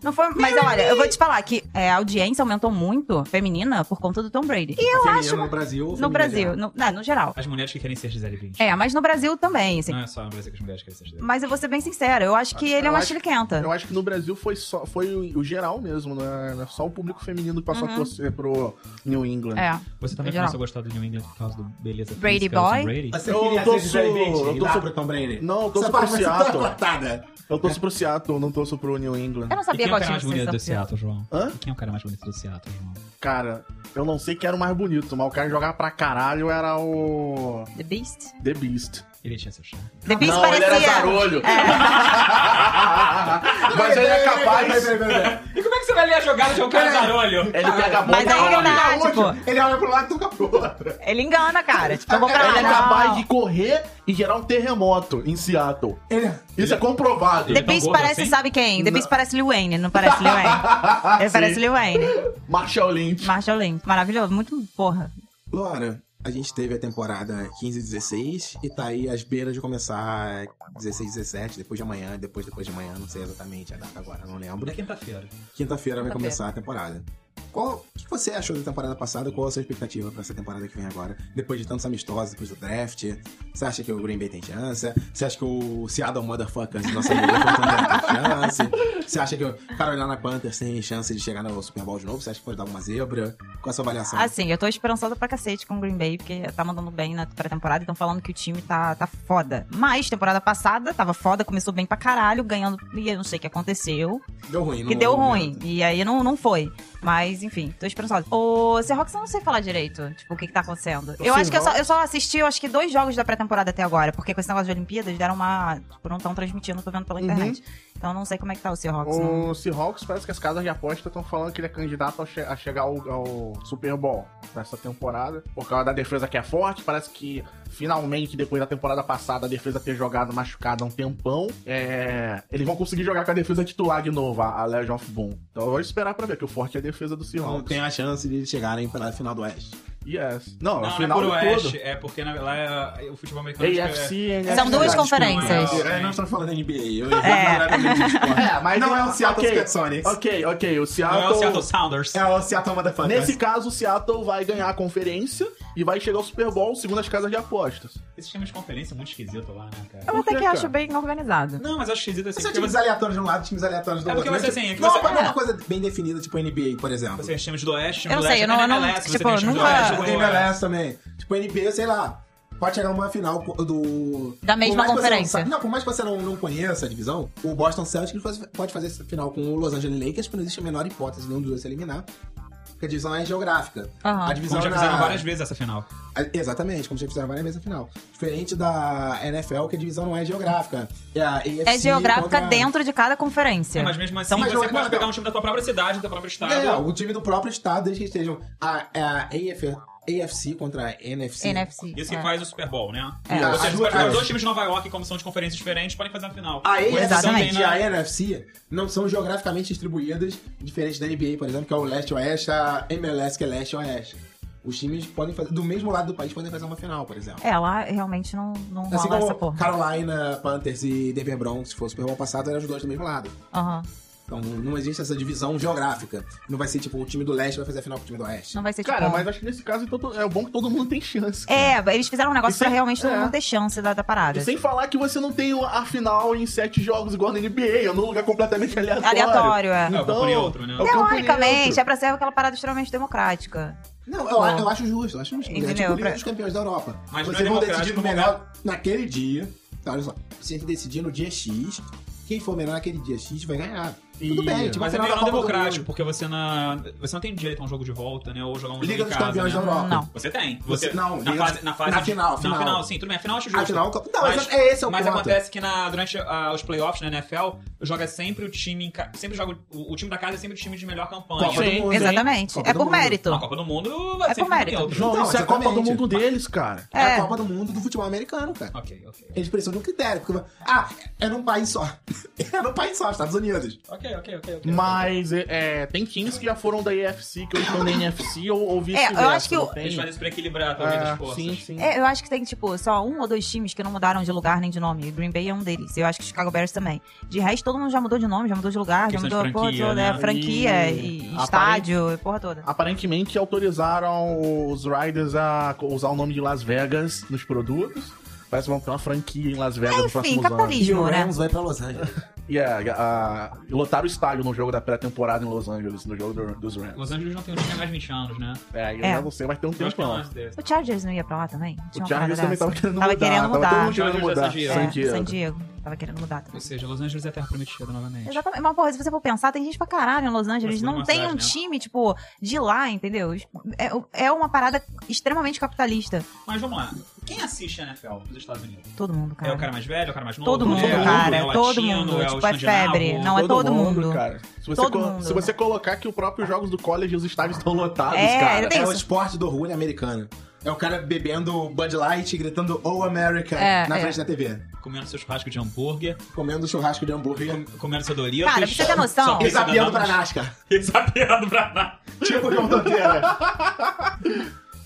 C: Não foi, mas olha, eu vou te falar que é, a audiência aumentou muito feminina por conta do Tom Brady. E eu
B: Feminino
C: acho.
B: no Brasil.
C: No
B: feminino
C: Brasil,
B: geral.
C: no, não, no geral.
A: As mulheres que querem ser Gisele Bündchen.
C: É, mas no Brasil também, assim.
A: Não é só a Brasil que as mulheres querem ser Gisele
C: Mas eu vou ser bem sincera, eu acho que ele é
D: Ah. Eu
C: uma
D: acho-
C: chiliquenta.
D: Eu acho que no Brasil foi só foi o o geral mesmo, né? Não é Só o público feminino que passou a
C: Uhum.
D: torcer pro New England.
C: É.
A: Bündchen. Você também
C: Geral.
A: começou a gostar do New England por causa do beleza
C: Brady
A: física do Tom
C: Boy?
A: Brady?
B: Você
D: Eu
B: queria
D: tô
B: ser Gisele
D: su-
B: Bündchen,
D: eu tô
B: lá
D: su-
B: pro Tom Brady.
D: Não, eu torço
B: Essa
D: pro
B: parte vai ser toda
D: Seattle.
B: cortada.
D: Eu torço pro Seattle, não torço pro New England.
C: Eu não
A: E quem
C: sabia
A: é
C: qual
A: o cara
C: tinha
A: mais bonito do
C: sido.
A: Seattle, João?
D: Hã?
A: E quem é o cara mais bonito do Seattle, João?
D: Cara, eu não sei quem era o mais bonito, mas o cara que jogava pra caralho era o.
C: The Beast?
D: The Beast.
A: Ele tinha seu charme.
C: The Beast
D: não, ele
C: parecia. É.
D: era zarolho.
B: Ah,
D: mas ele é capaz.
B: Peraí, peraí, peraí, peraí.
A: E como é que você vai ler a jogada de um cara zarolho?
D: Ele pega a bola
C: Mas
D: e
C: aí que
D: olha.
C: tá,
B: Aonde?
C: tipo,
B: Ele olha pro lado e toca pro outro.
C: ele engana, cara. Tipo, eu vou pra lá.
D: Ele é
C: não.
D: capaz de correr e gerar um terremoto em Seattle.
B: Ele...
D: Isso é comprovado.
A: Ele
C: The
A: é tão
C: Beast
A: gordo
C: parece,
A: assim?
C: sabe quem? The Beast parece Lil Wayne, não parece Lil Wayne. Ele parece Lil Wayne.
D: Marshall Lynch.
C: Marshall Lynch. Maravilhoso, muito porra.
B: Laura, a gente teve a temporada 15 e 16 e tá aí às beiras de começar 16 17, depois de amanhã, depois depois de amanhã, não sei exatamente a data agora, não lembro.
A: É quinta-feira.
B: Quinta-feira vai
C: Quinta-feira.
B: começar a temporada. Qual, o que você achou da temporada passada? Qual a sua expectativa pra essa temporada que vem agora? Depois de tantos amistosos, depois do draft, você acha que o Green Bay tem chance? Você acha que o Seattle Motherfuckers, nosso líder, tem chance? Você acha que o Carolina Panthers tem chance de chegar no Super Bowl de novo? Você acha que pode dar uma zebra? Qual a sua avaliação?
C: Assim, eu tô esperançosa pra cacete com o Green Bay, porque tá mandando bem na pré-temporada e tão falando que o time tá, tá foda. Mas temporada passada tava foda, começou bem pra caralho, ganhando. E eu não sei o que aconteceu.
B: deu ruim, não
C: que deu
B: não-
C: ruim. E aí não, não foi. Mas, enfim, tô esperançosa. O Seahawks eu não sei falar direito, tipo, o que, que tá acontecendo. eu acho que eu só, eu só assisti, eu acho que dois jogos da pré-temporada até agora, porque com esse negócio de Olimpíadas deram uma. Tipo, não estão transmitindo, tô vendo pela internet. Então eu não sei como é que tá o Seahawks. não.
D: O Seahawks parece que as casas de aposta estão falando que ele é candidato ao che- a chegar ao, ao Super Bowl nessa temporada. Por causa da defesa que é forte, parece que finalmente, depois da temporada passada, a defesa ter jogado machucada há um tempão, é, eles vão conseguir jogar com a defesa titular de novo, a, a Legion of Boom. Então eu vou esperar pra ver, que o forte é a defesa do
B: Então
D: Seahawks.
B: tem a chance de chegarem pra final do Oeste.
D: Yes. Não,
A: Não,
D: a
A: não,
D: final
A: é por
D: do
A: oeste,
D: todo.
A: é porque na- lá é- o futebol americano...
D: AFC, NFC.
C: São duas
B: Desculpa,
C: conferências.
B: eu- eu não estou é, falando NBA. Eu
C: É.
B: é.
D: É, mas
B: Não é o Seattle
D: ok,
B: Supersonics.
D: Ok, ok, o
A: É,
D: Seattle...
A: não é o Seattle Sounders.
B: É o Seattle Motherfuckers.
D: Nesse caso, o Seattle vai ganhar a conferência e vai chegar ao Super Bowl segundo as casas de apostas.
A: Esse sistema de conferência é muito esquisito lá, né, cara?
C: Eu até
D: Por
C: que
D: que,
C: acho
D: cara?
C: bem organizado.
A: Não, mas eu acho esquisito assim,
B: São
A: porque
B: times
A: você,
B: aleatórios de um lado, times aleatórios do
A: É
B: outro.
A: porque você,
B: mas, tipo,
A: assim, é que
B: não,
A: você-
B: mas
C: é.
B: uma coisa bem definida, tipo NBA, por exemplo.
A: você tem os times do oeste, do
C: Eu não sei,
A: leste,
C: eu não-
A: tem
C: eu não-
A: MLS, você
C: tipo,
A: tem os times do
C: nunca-
A: oeste, do oeste.
B: Tem MLS também. Tipo, NBA, sei lá. Pode chegar numa final do.
C: Da
B: por mais é que
C: mesma
B: você
C: conferência.
B: Não, saiba- não, por mais que você não, não conheça a divisão, o Boston Celtics faz- pode fazer essa final com o Los Angeles Lakers, porque não existe a menor hipótese de nenhum dos dois se eliminar. Porque a divisão é geográfica.
C: Aham.
B: A divisão
A: Como já
B: na-
A: fizeram várias vezes essa final.
B: Ah, Exatamente, como já fizeram várias vezes na final. Diferente da NFL, que a divisão não é geográfica. É, a AFC
C: É geográfica
B: contra-
C: dentro de cada conferência.
A: É, mas mesmo assim,
B: Então, mas
A: você
B: não-
A: pode
B: não,
A: pegar
B: não.
A: um time da tua própria cidade, do teu próprio estado.
B: É, o time do próprio estado, desde que estejam a, a AF AFC contra a NFC.
C: NFC.
A: Isso que
C: é.
A: assim, faz o Super Bowl, né?
C: É.
A: Ou
B: As
A: seja,
B: duas-
A: pode pegar
B: as-
A: dois times de Nova York, como são de conferências diferentes, podem fazer a final.
B: A
A: Ou eles
B: AFC
C: Exatamente.
B: e
A: também,
B: a
A: né?
B: NFC não são geograficamente distribuídas, diferente da NBA, por exemplo, que é o leste e oeste, a MLS que é leste e oeste. Os times podem fazer, do mesmo lado do país, podem fazer uma final, por exemplo.
C: É, lá realmente não, não rola
B: Assim
C: essa
B: como
C: porra.
B: Carolina, Panthers e Denver Broncos, se fosse o Super Bowl passado, eram os dois do mesmo lado.
C: Aham.
B: Então não existe essa divisão geográfica. Não vai ser tipo o time do leste vai fazer a final com o time do oeste.
C: Não vai ser tipo.
D: Cara, mas acho que nesse caso então, to- é bom que todo mundo tem chance. cara.
C: É, eles fizeram um negócio
D: E
C: pra
D: sem-
C: realmente todo
D: é.
C: mundo ter chance da, da parada.
D: E sem falar que você não tem a final em sete jogos igual na NBA, ou num é um lugar completamente aleatório.
C: Aleatório, é.
A: É, o campo neutro, né?
D: é o campo
C: Teoricamente,
D: neutro.
C: é pra ser aquela parada extremamente democrática.
B: Não, eu, eu acho justo, eu acho justo.
C: Entendeu?
B: É tipo
C: Pra-
B: Liga dos Campeões da Europa.
A: Mas não é
B: Vocês vão
A: democrático
B: decidir o
A: no
B: melhor naquele dia. Tá, olha só. Vocês vão decidir no dia X. Quem for melhor naquele dia X vai ganhar. Tudo
D: E-
B: bem, tipo,
A: Mas é
B: final
A: melhor
B: da Copa do
A: democrático,
B: Mundo.
A: porque você, na... você não tem direito a um jogo de volta, né? Ou jogar um
B: Liga
A: jogo em
B: dos
A: casa,
B: Campeões
A: né?
B: da Europa.
C: Não.
A: Você tem. Você,
B: Você- não,
A: na
B: Liga-
A: fase, na fase
B: na
A: de-
B: final,
A: Na
B: final.
A: final, sim. Tudo bem, a final eu acho justo.
B: Afinal, não, mas, é esse é o
A: mas
B: ponto.
A: acontece que na- durante ah, os playoffs na NFL, joga sempre o time em ca- sempre joga o, o time da casa é sempre o time de melhor campanha.
B: Copa do
D: Sim,
B: Mundo.
C: Exatamente.
B: Copa
C: é
B: do
C: por
B: Mundo.
C: mérito.
A: Na Copa do Mundo vai
C: É
A: ser
C: por
A: sempre
C: mérito.
A: neutro.
D: João,
B: Então,
D: isso é a Copa do
B: exatamente.
D: Mundo deles, cara.
B: É a
C: É.
B: Copa do Mundo do futebol americano, cara.
A: Ok, ok.
B: Eles precisam de um critério, porque ah, é num país só. é num país só, Estados Unidos.
A: Ok. ok, ok, ok. ok.
D: Mas é, é, tem times que já foram da EFC, que hoje estão na NFC ou, ou vice-versa.
C: É, eu acho que
D: não
C: o-
D: tem?
A: Eles fazem isso pra equilibrar também as
D: Ah,
A: forças.
D: sim, sim.
C: É, eu acho que tem, tipo, só um ou dois times que não mudaram de lugar nem de nome. Green Bay é um deles. Eu acho que Chicago Bears também. De resto, todo mundo já mudou de nome, já mudou de lugar, já
A: Questão de
C: mudou a porra
A: franquia,
C: toda.
A: né?
C: é, Franquia
D: E-
C: e, estádio e porra toda.
D: Aparentemente autorizaram os Riders a co- usar o nome de Las Vegas nos produtos. Parece que vão ter uma franquia em Las Vegas nos
C: Enfim,
D: próximos anos.
B: E o
C: capitalismo, né?
B: Rams vai pra Los Angeles.
D: E é, a- e lotaram o estádio no jogo da pré-temporada em Los Angeles, no jogo do- dos Rams.
A: Los Angeles não tem um time há mais de 20 anos, né?
D: É, eu
C: É.
D: já não sei, mas tem um
A: Eu acho que é um
D: tempão.
A: lance desse.
C: O Chargers não ia pra lá também? Tinha
D: O
C: uma
D: Chargers
C: parada
D: também
C: dessa.
D: tava querendo
C: Tava
D: mudar.
C: querendo mudar.
D: Tava todo mundo querendo
A: Chargers
D: mudar.
A: dessa gira.
C: É,
D: San Diego.
C: San Diego. Tava querendo mudar também.
A: Ou seja, Los Angeles é terra prometida novamente.
C: Exatamente. Mas, porra, se você for pensar, tem gente pra caralho em Los Angeles.
A: Mas tem
C: Não
A: uma
C: tem
A: cidade,
C: um
A: né?
C: time, tipo, de lá, entendeu? É, é uma parada extremamente capitalista.
A: Mas vamos lá. Quem assiste a NFL nos Estados Unidos?
C: Todo mundo, cara.
A: É o cara mais velho, é o cara mais novo?
C: Todo mundo,
A: é o-
C: cara,
A: É o
C: todo
A: latino,
C: mundo.
A: é o
C: Tipo, é
A: escandinavo?
C: febre, não é todo mundo.
D: cara. Se você,
C: Todo
D: colo-
C: mundo.
D: se você colocar que o próprio jogos do college os estádios estão lotados,
C: É,
D: cara.
C: eu tenho-
B: É o
C: isso.
B: esporte do orgulho americano. É o cara bebendo Bud Light e gritando Oh America
C: É,
B: na
C: é.
B: frente da TV.
A: Comendo seu churrasco de hambúrguer,
B: Comendo churrasco de hambúrguer
A: comendo seu Doritos.
C: Cara, pra você ter noção-
A: Só
B: e
A: pegando
B: zapeando pra
A: dados.
B: Nascar.
A: E zapeando pra nada.
B: Tipo o João Dodeira.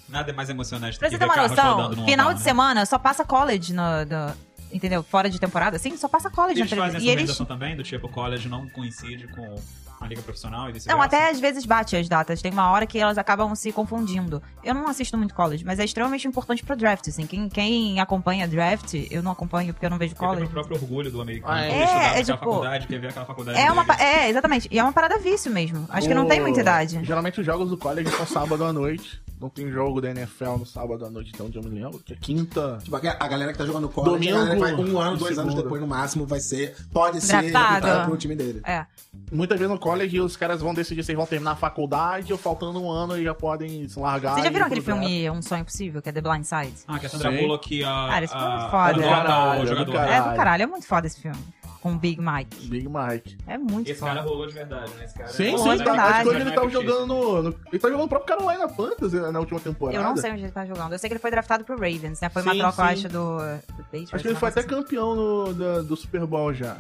A: Nada é mais emocionante do
C: Pra
A: que
C: você ter
A: ver
C: uma
A: carros
C: noção,
A: rodando num
C: final
A: andar,
C: de
A: né?
C: semana só passa college no, do- entendeu? Fora de temporada, assim, só passa college
A: Eles
C: na
A: fazem
C: televisão.
A: essa
C: E eles.
A: organização também, do tipo, o college não coincide com a liga profissional e vice-versa.
C: Não, até às vezes bate as datas. Tem uma hora que elas acabam se confundindo. Eu não assisto muito college, mas é extremamente importante pro draft, assim. Quem, quem acompanha draft, eu não acompanho porque eu não vejo
A: Porque tem
C: college.
A: o próprio orgulho do americano.
D: Ah, é.
A: querer
C: É,
A: estudar
C: é
A: naquela
C: tipo-
A: faculdade, quer ver aquela faculdade
C: É, uma,
A: dele.
C: pa- é, exatamente. E é uma parada vício mesmo. Acho que não tem muita idade.
D: Geralmente os jogos do college são sábado à noite. Não tem jogo da NFL no sábado à noite, então onde eu me lembro. Que é quinta.
B: Tipo, a galera que tá jogando college,
D: Domingo.
B: a galera vai um ano, dois anos
D: Segunda.
B: depois, no máximo, vai ser... Pode ser
C: Draftado.
B: recrutado pro time dele.
C: É.
D: Muitas vezes no college os caras vão decidir se eles vão terminar a faculdade ou faltando um ano e já podem se largar.
C: Vocês já
D: e
C: viram
D: ir pro
C: aquele
D: draft.
C: filme Um Sonho Impossível, que é The Blind Side?
A: Ah, que a Sandra
D: Sim.
A: Bullock que a...
C: Cara, esse filme é
A: a-
C: foda.
A: a-
C: Do
D: caralho,
A: o
D: do
A: jogador.
D: caralho.
C: É do caralho, é muito foda esse filme. Com o Big Mike.
D: Big Mike.
C: É muito
A: Esse
C: foda.
A: cara rolou de verdade, né? Esse cara
D: Sim,
C: Pô,
D: sim,
C: é
D: tá.
C: verdade.
D: Mas quando ele tava
A: Michael Jackson.
D: jogando no, no- Ele tá jogando o próprio Carolina Panthers na última temporada.
C: Eu não sei onde ele tá jogando. Eu sei que ele foi draftado pro Ravens, né? Foi uma
D: é Sim,
C: troca, eu
D: sim.
C: acho, do, do Patriots.
D: Acho que ele
C: uma
D: foi
C: coisa
D: até campeão no- da- do Super Bowl já.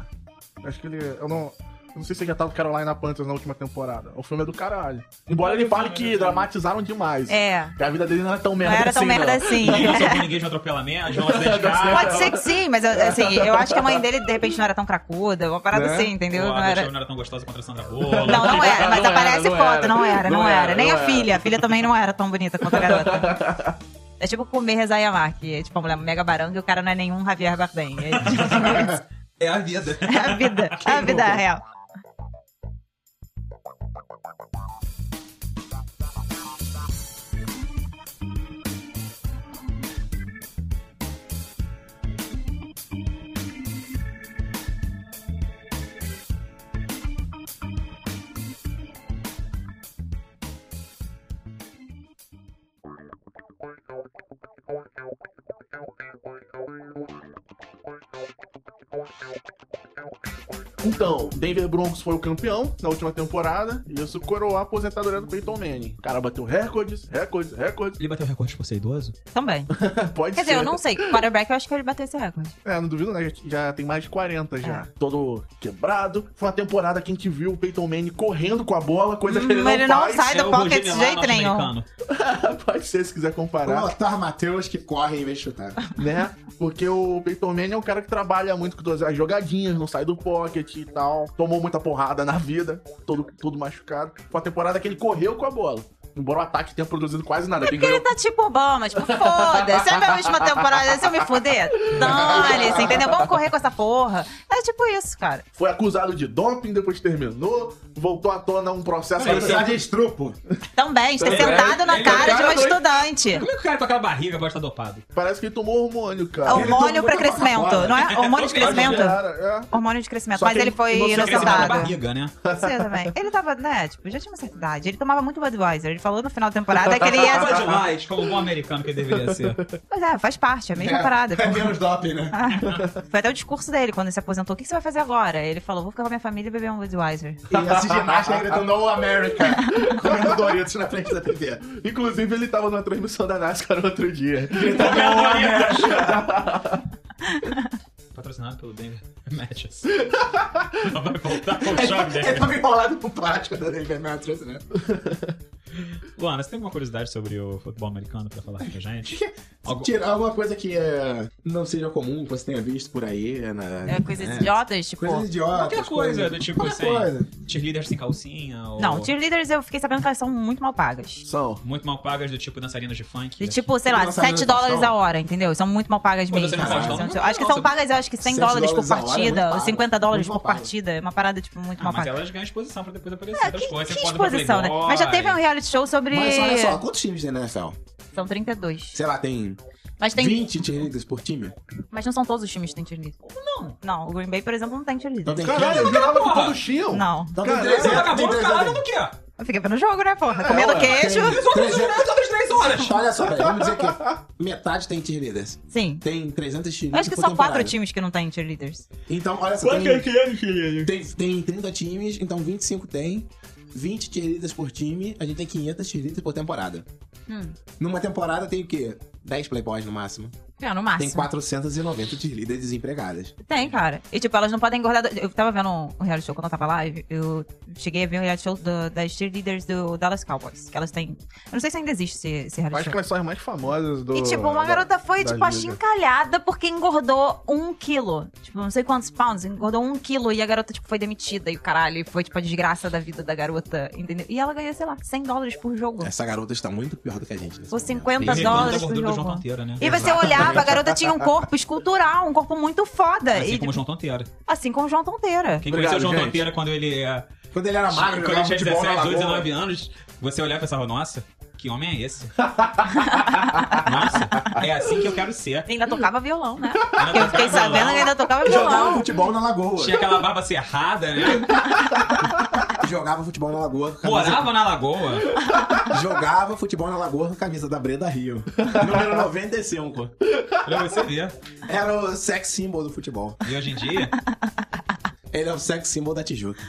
D: Acho que ele. Eu não. eu não sei se ele já tava no Carolina Panthers na última temporada. O filme é do caralho. Embora ele fale que dramatizaram demais.
C: assim. É.
D: Que a vida dele não era tão
C: Não
D: merda
C: era tão
D: assim,
C: merda
D: não.
C: assim.
A: Ninguém passou por ninguém de atropelamento, de um acidente de carro.
C: Pode ser que sim, mas eu- assim, eu acho que a mãe dele, de repente, não era tão cracuda, uma parada
D: Né?
C: assim, entendeu?
A: Pô,
C: Não
A: a
C: era.
A: Cristiano não era tão gostosa contra a Sandra Bullock.
C: Não, não era, mas
D: Não era,
C: aparece
D: não
C: foto,
D: era.
C: não era, não,
D: Não
C: era.
D: era,
C: Nem
D: não
C: a
D: era.
C: filha, a filha também não era tão bonita quanto a garota. É tipo comer, rezar e amar, que é tipo uma mulher mega baranga e o cara não é nenhum Javier Bardem. É, tipo,
B: É a vida.
C: é a vida, é a vida real. assim.
D: Então, Denver Broncos foi o campeão na última temporada. E isso coroou a aposentadoria do Peyton Manning. O cara bateu recordes, recordes, recordes. É,
A: Ele bateu recorde por ser idoso?
C: Também.
D: Pode
C: Quer
D: ser.
C: dizer, eu não sei. Quarterback, eu acho que ele bateu esse recorde.
D: É, não duvido, né? Já, já tem mais de 40 já.
C: É.
D: Todo quebrado. Foi uma temporada que a gente viu o Peyton Manning correndo com a bola, coisa que ele
C: Hum,
D: não
C: ele não
D: faz.
C: sai do
A: É o
C: pocket
A: Roger
C: de jeito
A: Miller,
C: nenhum.
A: norte-americano.
D: Pode ser, se quiser
B: O
D: comparar.
B: Lothar Matheus que corre em vez de chutar.
D: né? Porque o Peyton Manning é um cara que trabalha muito com todas as jogadinhas, não sai do pocket e tal. Tomou muita porrada na vida, todo, todo machucado. Foi a temporada que ele correu com a bola. Embora o ataque tenha produzido quase nada. Quem ganhou
C: Ele tá tipo Obama, tipo, foda-se, é minha última temporada, se eu me fuder, dane-se, entendeu? Vamos correr com essa porra. É tipo isso, cara.
D: foi acusado de doping, depois terminou, voltou à tona um processo.
A: Peraí,
D: Apesar
B: Apesar
D: de-
B: de estrupo.
C: Também, ter
D: Também.
C: sentado na
A: Ele
C: cara de
D: cara
C: uma
D: doido.
C: estudante.
A: Como é que o cara com aquela barriga pode estar dopado?
D: Parece que ele tomou hormônio, cara.
B: Hormônio
C: Hormônio pra
B: Ele tomou
C: crescimento,
B: Coca-Cola.
C: não é? Hormônio É um de crescimento?
D: Cara, é.
C: Hormônio de crescimento,
D: Só
C: mas
D: que
C: ele
D: ele
C: foi
D: não se
A: Crescimento da
C: inocentado.
A: barriga, né?
C: Você também. Ele tava, né, tipo, já tinha uma certa idade. Ele tomava muito Budweiser. Ele falou no final da temporada que ele
A: Opa
C: ia...
A: demais, como um bom americano que ele deveria ser.
C: Mas é, faz parte, é a mesma
B: É,
C: parada.
B: É menos doping, né?
C: Ah, Foi até o discurso dele quando ele se aposentou. O que que você vai fazer agora? Ele falou, vou ficar com a minha família e beber um Budweiser.
B: E esse ginasta gritando Oh America, comendo Doritos na frente da TV.
D: Inclusive, ele tava numa transmissão da NASCAR outro dia.
A: Pra patrocinado pelo Denver Matches. Não vai voltar com o Sean
B: É, é
A: Denver.
B: tão enrolado com o plástico da David Matthews, né?
A: Luana, você tem alguma curiosidade sobre o futebol americano pra falar aqui pra gente? Algu-
B: Tirar alguma coisa que é, não seja comum, que você tenha visto por aí. Na,
C: É, coisas idiotas, tipo.
B: Coisas idiotas.
A: Qualquer coisa, do tipo
B: qualquer
A: assim,
B: coisa.
A: cheerleaders sem calcinha ou...
C: Não, cheerleaders eu fiquei sabendo que elas são muito mal pagas.
D: São.
A: Muito mal pagas do tipo dançarinas de funk.
C: De tipo, sei lá,
B: Nossa, mas
C: 7 dólares
B: são-
C: a hora, entendeu? São muito mal pagas
A: Quando
C: mesmo.
A: você não
C: assim,
A: faz, não,
C: são-
A: não,
C: acho que
A: não,
C: são
A: você-
C: pagas, eu acho que 100
B: 7
C: dólares por
B: dólares a hora é muito
C: partida, ou
B: pago.
C: 50 dólares
B: Muito
C: por
B: mal pago.
C: partida. É uma parada, tipo, muito
A: Ah,
C: mal
A: mas
C: paga.
A: elas ganham exposição pra depois aparecer
B: é
A: outras coisas.
C: Que
A: Você pode dar
C: exposição, né?
A: Playboy.
C: Mas já teve um reality show sobre.
B: Mas olha só, quantos times tem na NFL?
C: São 32.
B: Sei lá, tem,
C: Mas tem.
B: 20 cheerleaders por time?
C: Mas não são todos os times que tem cheerleader. Não. Não, o Green Bay, por exemplo, não tem
B: Então
C: cheerleader.
B: tem
D: Caralho, eu
B: 15.
D: jurava que
A: Porra.
D: todos tinham.
C: Não.
B: Então tem
D: Caralho,
B: 300.
A: Ela acabou
B: tem
A: no
B: 300.
A: caralho do quê?
C: Fica vendo o jogo, né, porra? Comendo
D: ué,
C: queijo.
B: É, tem-
A: E os outros
B: Trezentos.
A: as outras três horas?
B: Olha só, peraí, vamos dizer que metade tem cheerleaders.
C: Sim.
B: Tem 300
C: Eu
B: cheerleaders
C: acho que
B: por
C: são quatro
B: temporada.
C: times que não tem cheerleaders.
B: Então, olha só,
D: Quanto é
B: tem,
D: que é, Chirinho?
B: tem, tem 30 times, então 25 tem. 20 cheerleaders por time, a gente tem 500 cheerleaders por temporada.
C: Hum.
B: Numa temporada tem o quê? 10 playboys no máximo.
C: É, no
B: Tem
C: máximo.
B: 490 cheerleaders desempregadas.
C: Tem, cara. E, tipo, elas não podem engordar. do- Eu tava vendo um reality show quando eu tava lá. Eu eu cheguei a ver um reality show do- das cheerleaders do Dallas Cowboys. Que elas têm. Eu não sei se ainda existe esse, esse reality
D: Acho
C: show.
D: que elas são as mais famosas do.
C: E, tipo, uma
D: da-
C: garota foi,
D: da
C: tipo,
D: liga.
C: achincalhada porque engordou um quilo. Tipo, não sei quantos pounds, engordou um quilo e a garota, tipo, foi demitida e o caralho. E foi, tipo, a desgraça da vida da garota, entendeu? E ela ganha, sei lá, 100 dólares por jogo.
B: Essa garota está muito pior do que a gente. nesse
C: Ou
B: momento.
C: 50
B: Isso.
C: dólares.
A: a
C: pro
A: gordura do João
C: jogo.
A: Tonteira, né?
C: E você olhava, a garota tinha um corpo escultural, um corpo muito foda.
A: Assim
C: É, e,
A: como o João Tonteira.
C: assim como o João Tonteira.
A: Quem
D: Obrigado,
A: conheceu o João
D: gente.
A: Tonteira quando ele é.
B: Quando ele era Tá magro,
A: Quando ele
B: jogava
A: tinha
B: futebol na
A: 17, 18,
B: lagoa.
A: 19 anos, você olhar e pensava, nossa, que homem é esse? nossa, é assim que eu quero ser.
C: Ainda tocava violão, né?
A: Ainda
C: Porque eu fiquei
A: tocava
C: sabendo
A: violão.
C: que ainda tocava
B: Jogava
C: violão.
B: futebol na lagoa.
A: Tinha aquela barba cerrada, né?
B: Jogava futebol na lagoa. com a camisa-
A: Morava na lagoa.
B: Jogava futebol na lagoa com a camisa da Breda Rio. Número 95.
A: Pra você ver.
B: Era o sex symbol do futebol.
A: E hoje em dia,
B: Ele é o sex symbol da Tijuca.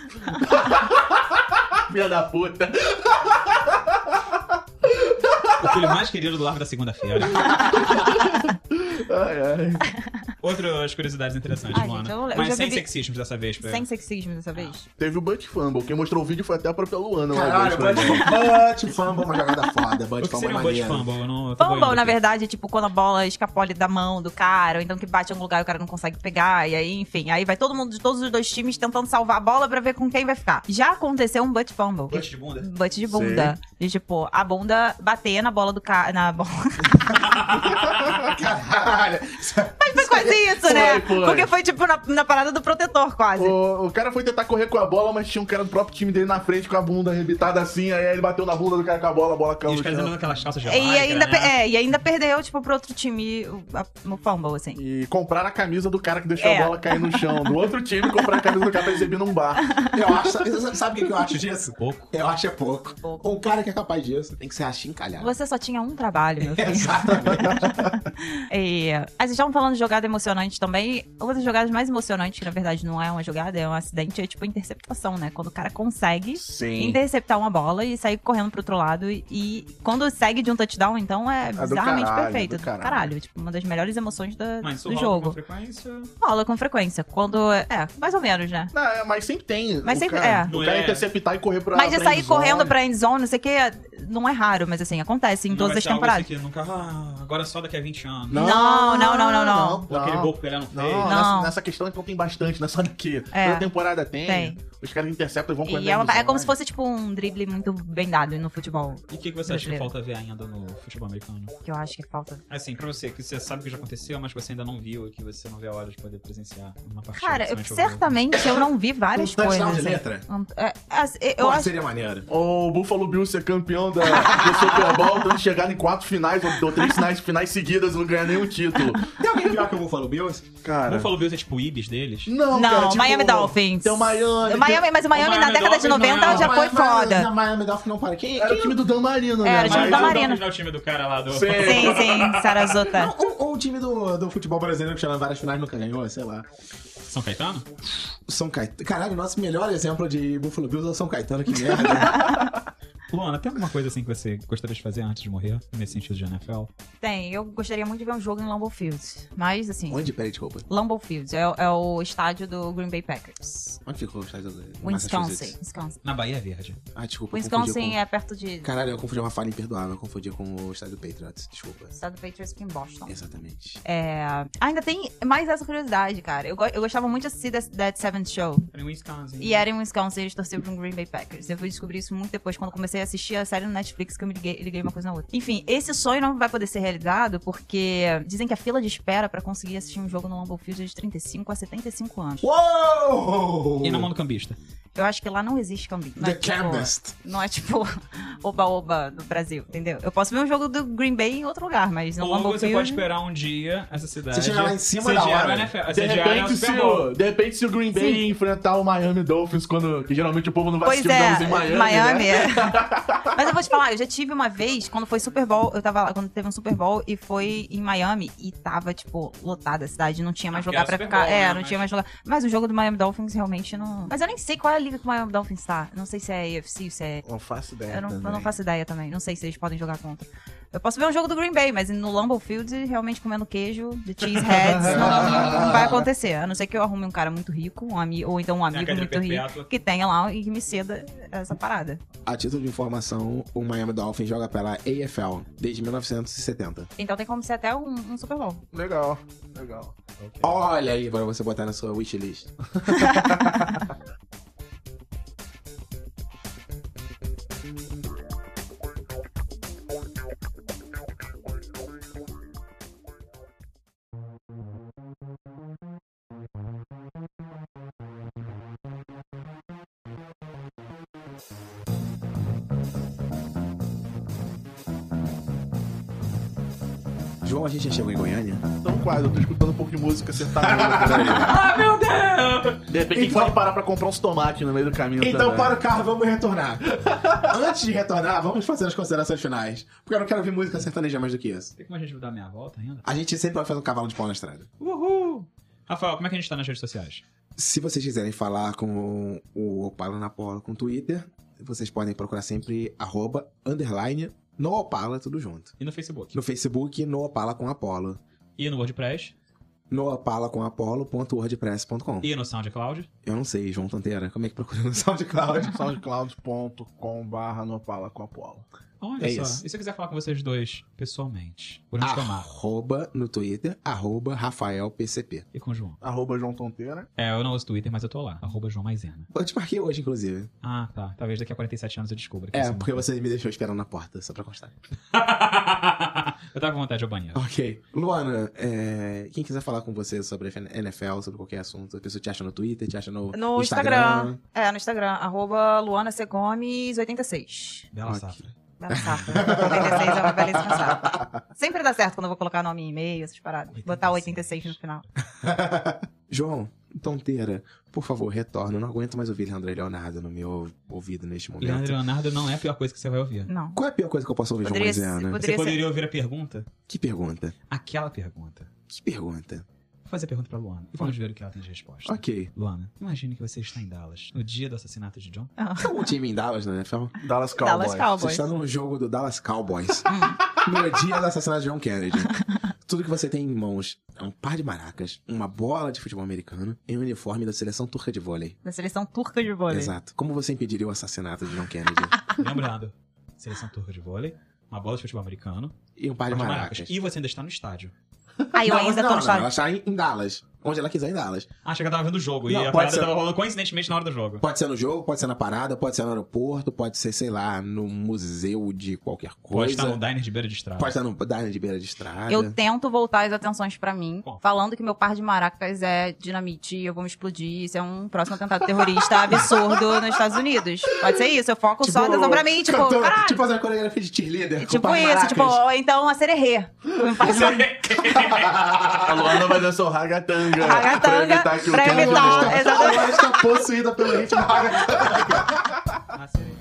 D: Filha da puta.
A: o filho mais querido do Largo da Segunda-feira.
D: Ai, ai.
A: Outras curiosidades interessantes,
C: Ai,
A: Luana.
C: gente, eu- eu já
A: Mas sem
C: bebi-
A: sexismos dessa vez, Pedro.
C: Sem sexismo
A: Ah,
C: dessa vez.
D: Teve o Butt Fumble. Quem mostrou o vídeo foi até a própria Luana lá né?
B: Caralho,
D: pra gente.
B: Bud Fumble é uma jogada foda.
A: O
B: Bud
A: que
B: Fumble é
A: seria um bot
B: maneiro.
A: fumble? Eu não- eu tô
C: Fumble,
A: doido
C: na
A: aqui.
C: verdade, é tipo quando a bola escapole da mão do cara, ou então que bate em algum lugar e o cara não consegue pegar, e aí, enfim. Aí vai todo mundo de todos os dois times tentando salvar a bola pra ver com quem vai ficar. Já aconteceu um butt fumble.
A: Butt de bunda?
C: Butt de bunda. De tipo, a bunda bater na bola do cara. Na bola.
B: Caralho.
C: Mas foi quase isso, né?
D: Foi, foi.
C: Porque foi tipo na, na parada do protetor, quase.
D: O, o cara foi tentar correr com a bola, mas tinha um cara do próprio time dele na frente com a bunda arrebitada assim, aí ele bateu na bunda do cara com a bola, a bola
A: E
D: caiu
A: os
D: no
A: caras andando
D: chão.
A: naquelas calças de
C: E
A: lycra, né?
C: ainda, pe- é, e ainda perdeu, tipo, pro outro time o, a, o fumble, assim.
D: E compraram a camisa do cara que deixou
C: É.
D: a bola cair no chão. Do outro time, compraram a camisa do cara pra exibir num bar.
B: Eu acho... sabe- Sabe o que eu acho disso?
A: Pouco.
B: Eu acho é pouco.
C: Pouco.
B: Um cara que é capaz disso tem que ser
D: É.
B: achincalhado.
C: Você só tinha um trabalho, meu filho.
B: Exatamente.
C: E, mas estavam falando de jogada emocionante também. Uma das jogadas mais emocionantes, que na verdade não é uma jogada, é um acidente, é tipo interceptação, né? Quando o cara consegue
D: Sim.
C: interceptar uma bola e sair correndo pro outro lado. E, e quando segue de um touchdown, então é
D: do
C: bizarramente
D: caralho,
C: perfeito.
D: do
C: Do
D: caralho.
C: caralho. Tipo, uma das melhores emoções da-
A: Mas isso
C: do
A: rola com
C: jogo.
A: frequência.
C: Rola com frequência. Quando. É, mais ou menos, né?
D: Não, é, mas sempre tem.
C: Mas
D: o
C: sempre-
D: cara,
C: é.
A: Não
D: O cara
A: é.
D: interceptar e correr pra
C: Mas de
D: pra
C: sair
D: endzone.
C: correndo pra endzone, não sei o que, não é raro, mas assim, acontece em
A: Não
C: todas
A: vai
C: as
A: ser algo
C: temporadas.
A: assim que nunca... ah, agora só daqui a 20 anos.
C: Não, não, não, não, não.
A: Ou aquele gol que o Pelé não fez.
D: Não, Nessa,
C: Não.
D: nessa questão então tem bastante, não é só daqui.
C: É.
D: Toda temporada tem.
C: Tem.
D: Os caras interceptam e vão correndo.
C: E é, uma- é como se fosse tipo um drible muito bem dado no futebol,
A: E o que, que você acha que
C: Brasileiro.
A: falta ver ainda no futebol americano?
C: que eu acho que falta.
A: Assim, pra você, que você sabe que já aconteceu, mas que você ainda não viu e que você não vê a hora de poder presenciar uma partida.
C: Cara, eu,
A: principalmente ao vivo.
C: certamente eu não vi várias
B: Um touchdown
C: coisas.
B: de
C: assim.
B: letra?
C: Um- é, as- eu
B: Pô,
C: acho
B: seria maneiro.
D: O Buffalo Bills ser campeão da, do Super Bowl, tendo chegado em quatro finais ou, ou três finais, finais seguidas e não ganhar nenhum título.
B: Tem alguém pior que o Buffalo Bills?
A: O
D: Cara.
A: Buffalo Bills é tipo o Ibis deles?
B: um
D: Não,
C: Não,
D: cara, tipo,
C: Miami Dolphins.
D: Tem o Miami.
C: O Miami, mas o Miami,
A: Miami
C: na década de
A: Dolphins
C: 90
A: não é-
C: já foi
B: Mas- mas-
C: foda.
B: Na Miami Dolphins não para. Quem,
D: tem- Era o
B: quem
D: time do Dan Marino, né?
C: Era o time
D: Mas
C: do Dan
A: o
D: eu-
C: Marino.
A: Dolphins não é o time do cara lá do...
D: Sim.
C: Sim, sim, Sarasota.
B: Não, ou, ou o time do, do futebol brasileiro que chegou em várias finais nunca ganhou, sei lá.
A: São Caetano?
B: São Caetano. Caralho, o nosso melhor exemplo de Buffalo Bills é o São Caetano, que merda.
A: Luana, tem alguma coisa assim que você gostaria de fazer antes de morrer, nesse sentido de NFL?
C: Tem, eu gostaria muito de ver um jogo em Lambeau Field. Mas, assim,
B: Onde? Peraí, desculpa.
C: Lambeau Field é, é o estádio do Green Bay Packers.
B: Onde ficou o estádio do Massachusetts?
C: Wisconsin. Wisconsin.
A: Na Bahia Verde.
B: Ah, desculpa. eu confundi
C: Wisconsin
B: com...
C: é perto de.
B: Caralho, eu confundi uma falha imperdoável. Eu confundi com o estádio do Patriots. Desculpa.
C: Estado do Patriots aqui em Boston.
B: Exatamente.
C: É, ainda tem mais essa curiosidade, cara. Eu, go- eu gostava muito de assistir That, That Seventh Show.
A: Era em Wisconsin.
B: Uhum.
C: E era em Wisconsin, eles torciam pro Green Bay Packers. Eu fui descobrir isso muito depois, quando comecei a assistir a série no Netflix, que eu me liguei, liguei uma coisa na outra. Enfim, esse sonho não vai poder ser realizado, porque dizem que a fila de espera pra conseguir assistir um jogo no Lambeau Field é de 35 a 75 anos.
B: Uou!
A: né? E na mão do cambista.
C: Eu acho que lá não existe cambinho. Não é
B: The
C: tipo-
B: Canvas.
C: Não é tipo oba-oba no Brasil, entendeu? Eu posso ver um jogo do Green Bay em outro lugar, mas no
A: Ou
C: Lambeau
A: você
C: Field...
A: pode esperar um dia essa cidade.
B: Você chega lá em cima da
A: gera
B: hora.
A: o NFL,
D: De
A: você gera o
D: repente,
A: é Super
D: se
A: Bowl.
D: o, de repente, se o Green Bay
C: Sim.
D: enfrentar o Miami Dolphins, quando, que geralmente o povo não vai
C: Pois
D: assistir os jogos
C: é,
D: em Miami. né?
C: é. Mas eu vou te falar, eu já tive uma vez, quando foi Super Bowl, eu tava lá, quando teve um Super Bowl e foi em Miami e tava, tipo, lotada a cidade, não tinha mais
A: Ah, porque
C: lugar
A: era
C: pra
A: Super
C: ficar.
A: Bowl,
C: é,
A: né,
C: não
A: mas-
C: tinha mais lugar. Mas o jogo do Miami Dolphins realmente não. Mas eu nem sei qual é a liga que o Miami Dolphins tá. Não sei se é AFC, se é.
D: Não faço ideia.
C: Eu não, eu não
D: também.
C: faço ideia também. Não sei se eles podem jogar contra. Eu posso ver um jogo do Green Bay, mas no Lambeau Field, realmente comendo queijo, de cheeseheads, não, não vai acontecer. A não ser que eu arrume um cara muito rico, um ami- ou então um amigo
A: cadeira
C: muito rico,
A: perpétua.
C: que tenha lá e que me ceda essa parada.
B: A título de informação, o Miami Dolphins joga pela AFL desde 1970.
C: Então tem como ser até um, um Super Bowl.
D: Legal, legal.
B: Olha aí pra você botar na sua wishlist. João, a gente já chegou em Goiânia?
D: Então quase, eu tô escutando um pouco de música sertaneja.
A: Ah, meu Deus!
D: de repente, a gente
B: Então-
D: pode parar pra comprar uns tomates no meio do caminho
B: Então,
D: também.
B: para o carro, vamos retornar. Antes de retornar, vamos fazer as considerações finais. Porque eu não quero ouvir música sertaneja mais do que isso.
A: Tem como a gente dar minha volta ainda?
B: A gente sempre vai fazer um cavalo de pau na estrada.
A: Uhul! Rafael, como é que a gente tá nas redes sociais?
B: Se vocês quiserem falar com o Opala na Polo com o Twitter, vocês podem procurar sempre arroba, underline, no Opala, tudo junto.
A: E no Facebook?
B: No Facebook, no Opala com Apolo.
A: E no WordPress?
B: No Opala com Apolo.wordpress.com.
A: E no SoundCloud?
B: Eu não sei, João Tanteira, como é que procura no SoundCloud?
D: soundcloud.com.br no Opala com a Paula.
A: Olha
B: É
A: só.
B: isso. Ah.
A: E se eu quiser falar com vocês dois pessoalmente? Por onde chamar?
B: Arroba no Twitter, arroba RafaelPCP.
A: E com o João?
D: Arroba João Tonteira.
A: É, eu não uso Twitter, mas eu tô lá. Arroba João Maisena.
B: Eu te marquei hoje, inclusive.
A: Ah, tá. Talvez daqui a 47 anos eu descubra. que
B: É,
A: isso
B: porque você me deixou esperando na porta, só pra constar.
A: eu tava com vontade de ir ao banheiro.
B: Ok. Luana, é, quem quiser falar com você sobre NFL, sobre qualquer assunto, a pessoa te acha no Twitter, te acha no,
C: No Instagram. É, no Instagram, arroba luanacegomes86.
A: Bela
B: Ok.
A: safra.
C: Bela safra. 86 é uma belíssima safra. Sempre dá certo quando eu vou colocar nome em e-mail, essas paradas. Botar 86 no final.
B: João, tonteira, por favor, retorna. Eu não aguento mais ouvir Leandro e Leonardo no meu ouvido neste momento.
A: Leandro Leonardo não é a pior coisa que você vai ouvir.
C: Não.
B: Qual é a pior coisa que eu posso ouvir, João
C: Poderia, ser-
B: Maziana?
A: Você
C: poderia ser.
A: poderia ouvir a pergunta?
B: né? Que pergunta.
A: Aquela pergunta.
B: Que pergunta.
A: Vou fazer a pergunta pra Luana. E vamos ver o que ela tem de resposta.
B: Ok.
A: Luana, imagine que você está em Dallas, no dia do assassinato de John.
B: Tem algum time em Dallas na NFL?
D: Dallas Cowboys.
C: Dallas
B: Você
C: Cowboys. Hum.
B: está no jogo do Dallas Cowboys. no dia do assassinato de John Kennedy. Tudo que você tem em mãos é um par de maracas, uma bola de futebol americano e um uniforme da seleção turca de vôlei.
C: Da seleção turca de vôlei.
B: Exato. Como você impediria o assassinato de John Kennedy?
A: Lembrando, seleção turca de vôlei, uma bola de futebol americano,
B: e um par de
A: quatro
B: maracas.
A: maracas. E você ainda está no estádio.
C: Aí eu
B: Não,
C: ainda
B: não,
C: tô
B: não,
C: no chave.
B: Ela está em em Dallas. Onde ela quiser em Dallas.
A: Acha que eu tava vendo o jogo
B: Não,
A: e a
B: pode
A: parada
B: ser.
A: tava rolando coincidentemente na hora do jogo.
B: Pode ser no jogo, pode ser na parada, pode ser no aeroporto, pode ser, sei lá, no museu de qualquer
A: Pode
B: coisa.
A: estar no diner de beira de estrada.
B: Pode estar no diner de beira de estrada.
C: Eu tipo, tento voltar as atenções pra mim,
A: Bom.
C: falando que meu par de maracas é dinamite, eu vou me explodir, isso é um próximo atentado terrorista absurdo nos Estados Unidos. Pode ser isso, eu foco só a atenção pra mim, tipo,
B: cantor-
C: caralho.
B: tipo fazer uma coreografia de cheerleader. com um
C: Tipo
B: par de
C: isso,
B: maracas.
C: tipo, ou então a sererê. Um par de
D: A Luana vai dançar o ragatanga.
C: Ragatanga,
D: Pra evitar que o
C: pra
D: Kennedy
C: evitar-
D: morra.
C: Tá, exatamente.
B: Ela está possuída pelo ritmo
A: Ah, sim.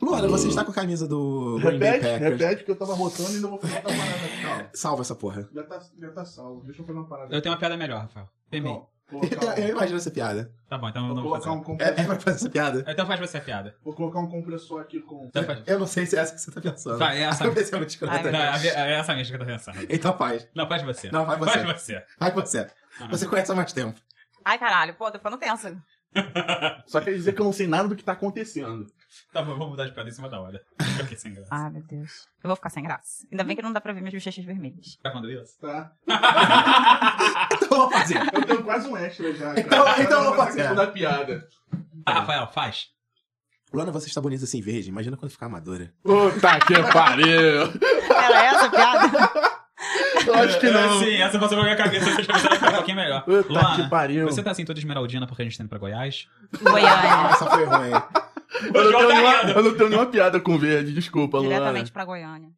B: Luana, você está com a camisa do Green Bay
D: Repete,
B: Packers.
D: repete, que eu tava rotando e ainda vou fazer outra parada. Calma.
B: Salva essa porra.
D: Já tá, já tá salvo. Deixa eu fazer uma parada.
A: Eu tenho uma piada melhor, Rafael. Temei.
D: Calma. Colocar
B: Eu
D: um-
B: imagino essa piada.
A: Tá bom, então eu não
D: Vou
A: vou
D: colocar
A: fazer.
D: um compressor.
B: É, é pra fazer essa piada?
A: Então faz você a piada.
D: Vou colocar um compressor aqui com.
A: Então faz...
B: Eu não sei se é essa que você tá pensando.
A: Tá, é essa
B: Eu pensei muito escrota.
C: Ai, meu
A: Não, é essa mesmo que eu tô pensando.
B: Então faz.
A: Não, faz você.
B: Não, vai você.
A: Faz você.
B: Vai você.
A: Ah.
B: Você conhece há mais tempo.
C: Ai, caralho, pô, tô ficando tensa.
D: Só quer dizer que eu não sei nada do que tá acontecendo.
A: Tá bom, vamos mudar de piada em cima da hora. Eu fiquei sem graça.
C: Ah, meu Deus. Eu vou ficar sem graça. Ainda bem que não dá pra ver minhas bochechas vermelhas.
A: Tá falando isso?
D: Tá?
B: Então vou fazer.
D: Eu tenho quase um extra já. cara.
B: Então- então eu vou
D: Essa
B: fazer.
D: questão da piada.
A: Tá, Rafael, faz.
B: Luana, você está bonita assim verde. Imagina quando ficar amadora.
D: Puta que pariu!
C: Era essa a piada?
D: Eu acho que não.
A: Sim, essa passou pra minha cabeça. Vocês pensaram que era um pouquinho melhor.
D: Puta que
A: Luana,
D: pariu.
A: você tá assim toda esmeraldina porque a gente tá indo pra Goiás?
B: Ah,
C: Goiânia.
B: essa foi ruim.
D: Eu não,
A: João
D: tenho
A: tá
D: nenhuma,
A: rindo.
D: eu não tenho nenhuma piada com verde, desculpa, Luana.
C: Diretamente pra Goiânia.